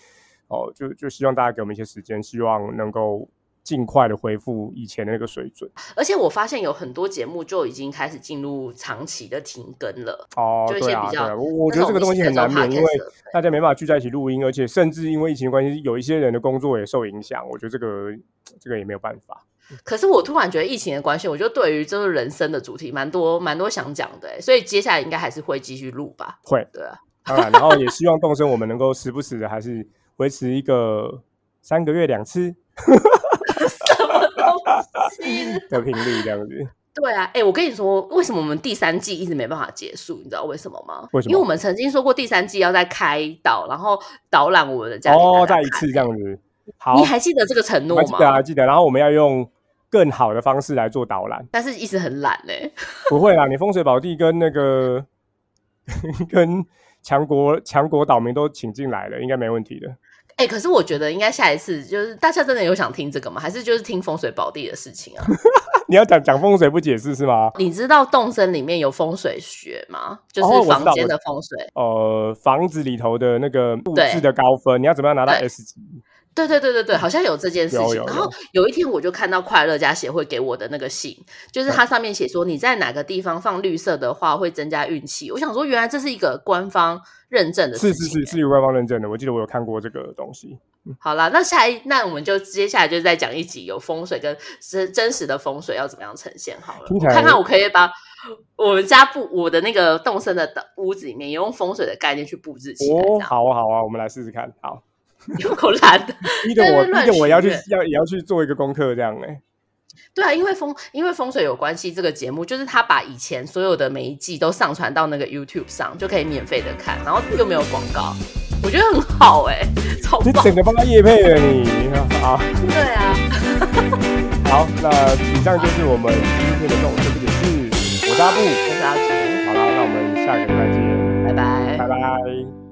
S1: 哦，就就希望大家给我们一些时间，希望能够尽快的恢复以前的那个水准
S2: 而且我发现有很多节目就已经开始进入长期的停更了。
S1: 哦。
S2: 就一些
S1: 对啊，
S2: 比
S1: 对
S2: 较
S1: 啊，我我觉得这个东西很难免，因为
S2: podcast 的
S1: 大家没办法聚在一起录音，而且甚至因为疫情的关系，有一些人的工作也受影响，我觉得这个这个也没有办法。
S2: 可是我突然觉得疫情的关系，我就对于就是人生的主题蛮多蛮多想讲的欸，所以接下来应该还是会继续录吧？
S1: 会，
S2: 对啊，
S1: 当然，然后也希望动身我们能够时不时的还是维持一个三个月两次
S2: 什么东西？
S1: 的频率这 样子。
S2: 对啊，哎、我跟你说，为什么我们第三季一直没办法结束？你知道为什么吗？
S1: 为什么
S2: 因为我们曾经说过第三季要再开导，然后导览我们的家庭
S1: 哦，
S2: 大
S1: 再
S2: 家
S1: 一次这样子。好，
S2: 你还记得这个承
S1: 我
S2: 诺
S1: 还记
S2: 吗？
S1: 得啊，记得。然后我们要用更好的方式来做导览。
S2: 但是一直很懒哎、
S1: 不会啦，你风水宝地跟那个 跟强国强国岛民都请进来了，应该没问题的。
S2: 哎、可是我觉得应该下一次就是大家真的有想听这个吗？还是就是听风水宝地的事情啊？
S1: 你要讲讲风水不解释是吗？
S2: 你知道动森里面有风水学吗？就
S1: 哦我
S2: 是
S1: 知道
S2: 房间的风水。
S1: 呃，房子里头的那个布
S2: 对
S1: 置的高分，你要怎么样拿到
S2: 对
S1: S 级？
S2: 对对对对对，好像有这件事
S1: 嗯有
S2: 情。
S1: 有
S2: 然
S1: 有
S2: 后有一天我就看到快乐家协会给我的那个信，就是
S1: 嗯
S2: 它上面写说你在哪个地方放绿色的话会增加运气。我想说，原来这是一个官方认证的
S1: 是
S2: 事
S1: 是
S2: 情。欸
S1: 是是有官方认证的，我记得我有看过这个东西。
S2: 好啦，那下一那我们就接下来就再讲一集有风水跟真真实的风水要怎么样呈现好了。
S1: 听
S2: 我
S1: 起来
S2: 看看我可以把我们家布我的那个动森的屋子里面也用风水的概念去布置起来，这
S1: 哦，
S2: 样、
S1: 好啊好啊，我们来试试看。 好，
S2: 有够懒的。
S1: 逼得我
S2: 在那
S1: 逼
S2: 边
S1: 得我
S2: 乱
S1: 要去
S2: 许愿
S1: 要也要去做一个功课这样哎、
S2: 对啊，因为风因为风水有关系，这个节目就是他把以前所有的每一季都上传到那个 YouTube 上，就可以免费的看，然后又没有广告，我觉得很好哎、 超
S1: 你
S2: 棒。
S1: 整个帮他夜配了你。好
S2: 对啊，
S1: 好，那以上就是我们今天的动物不解释，我是阿布。
S2: 跟大家
S1: 好啦，那我们下个礼拜见，
S2: 拜拜
S1: 拜拜。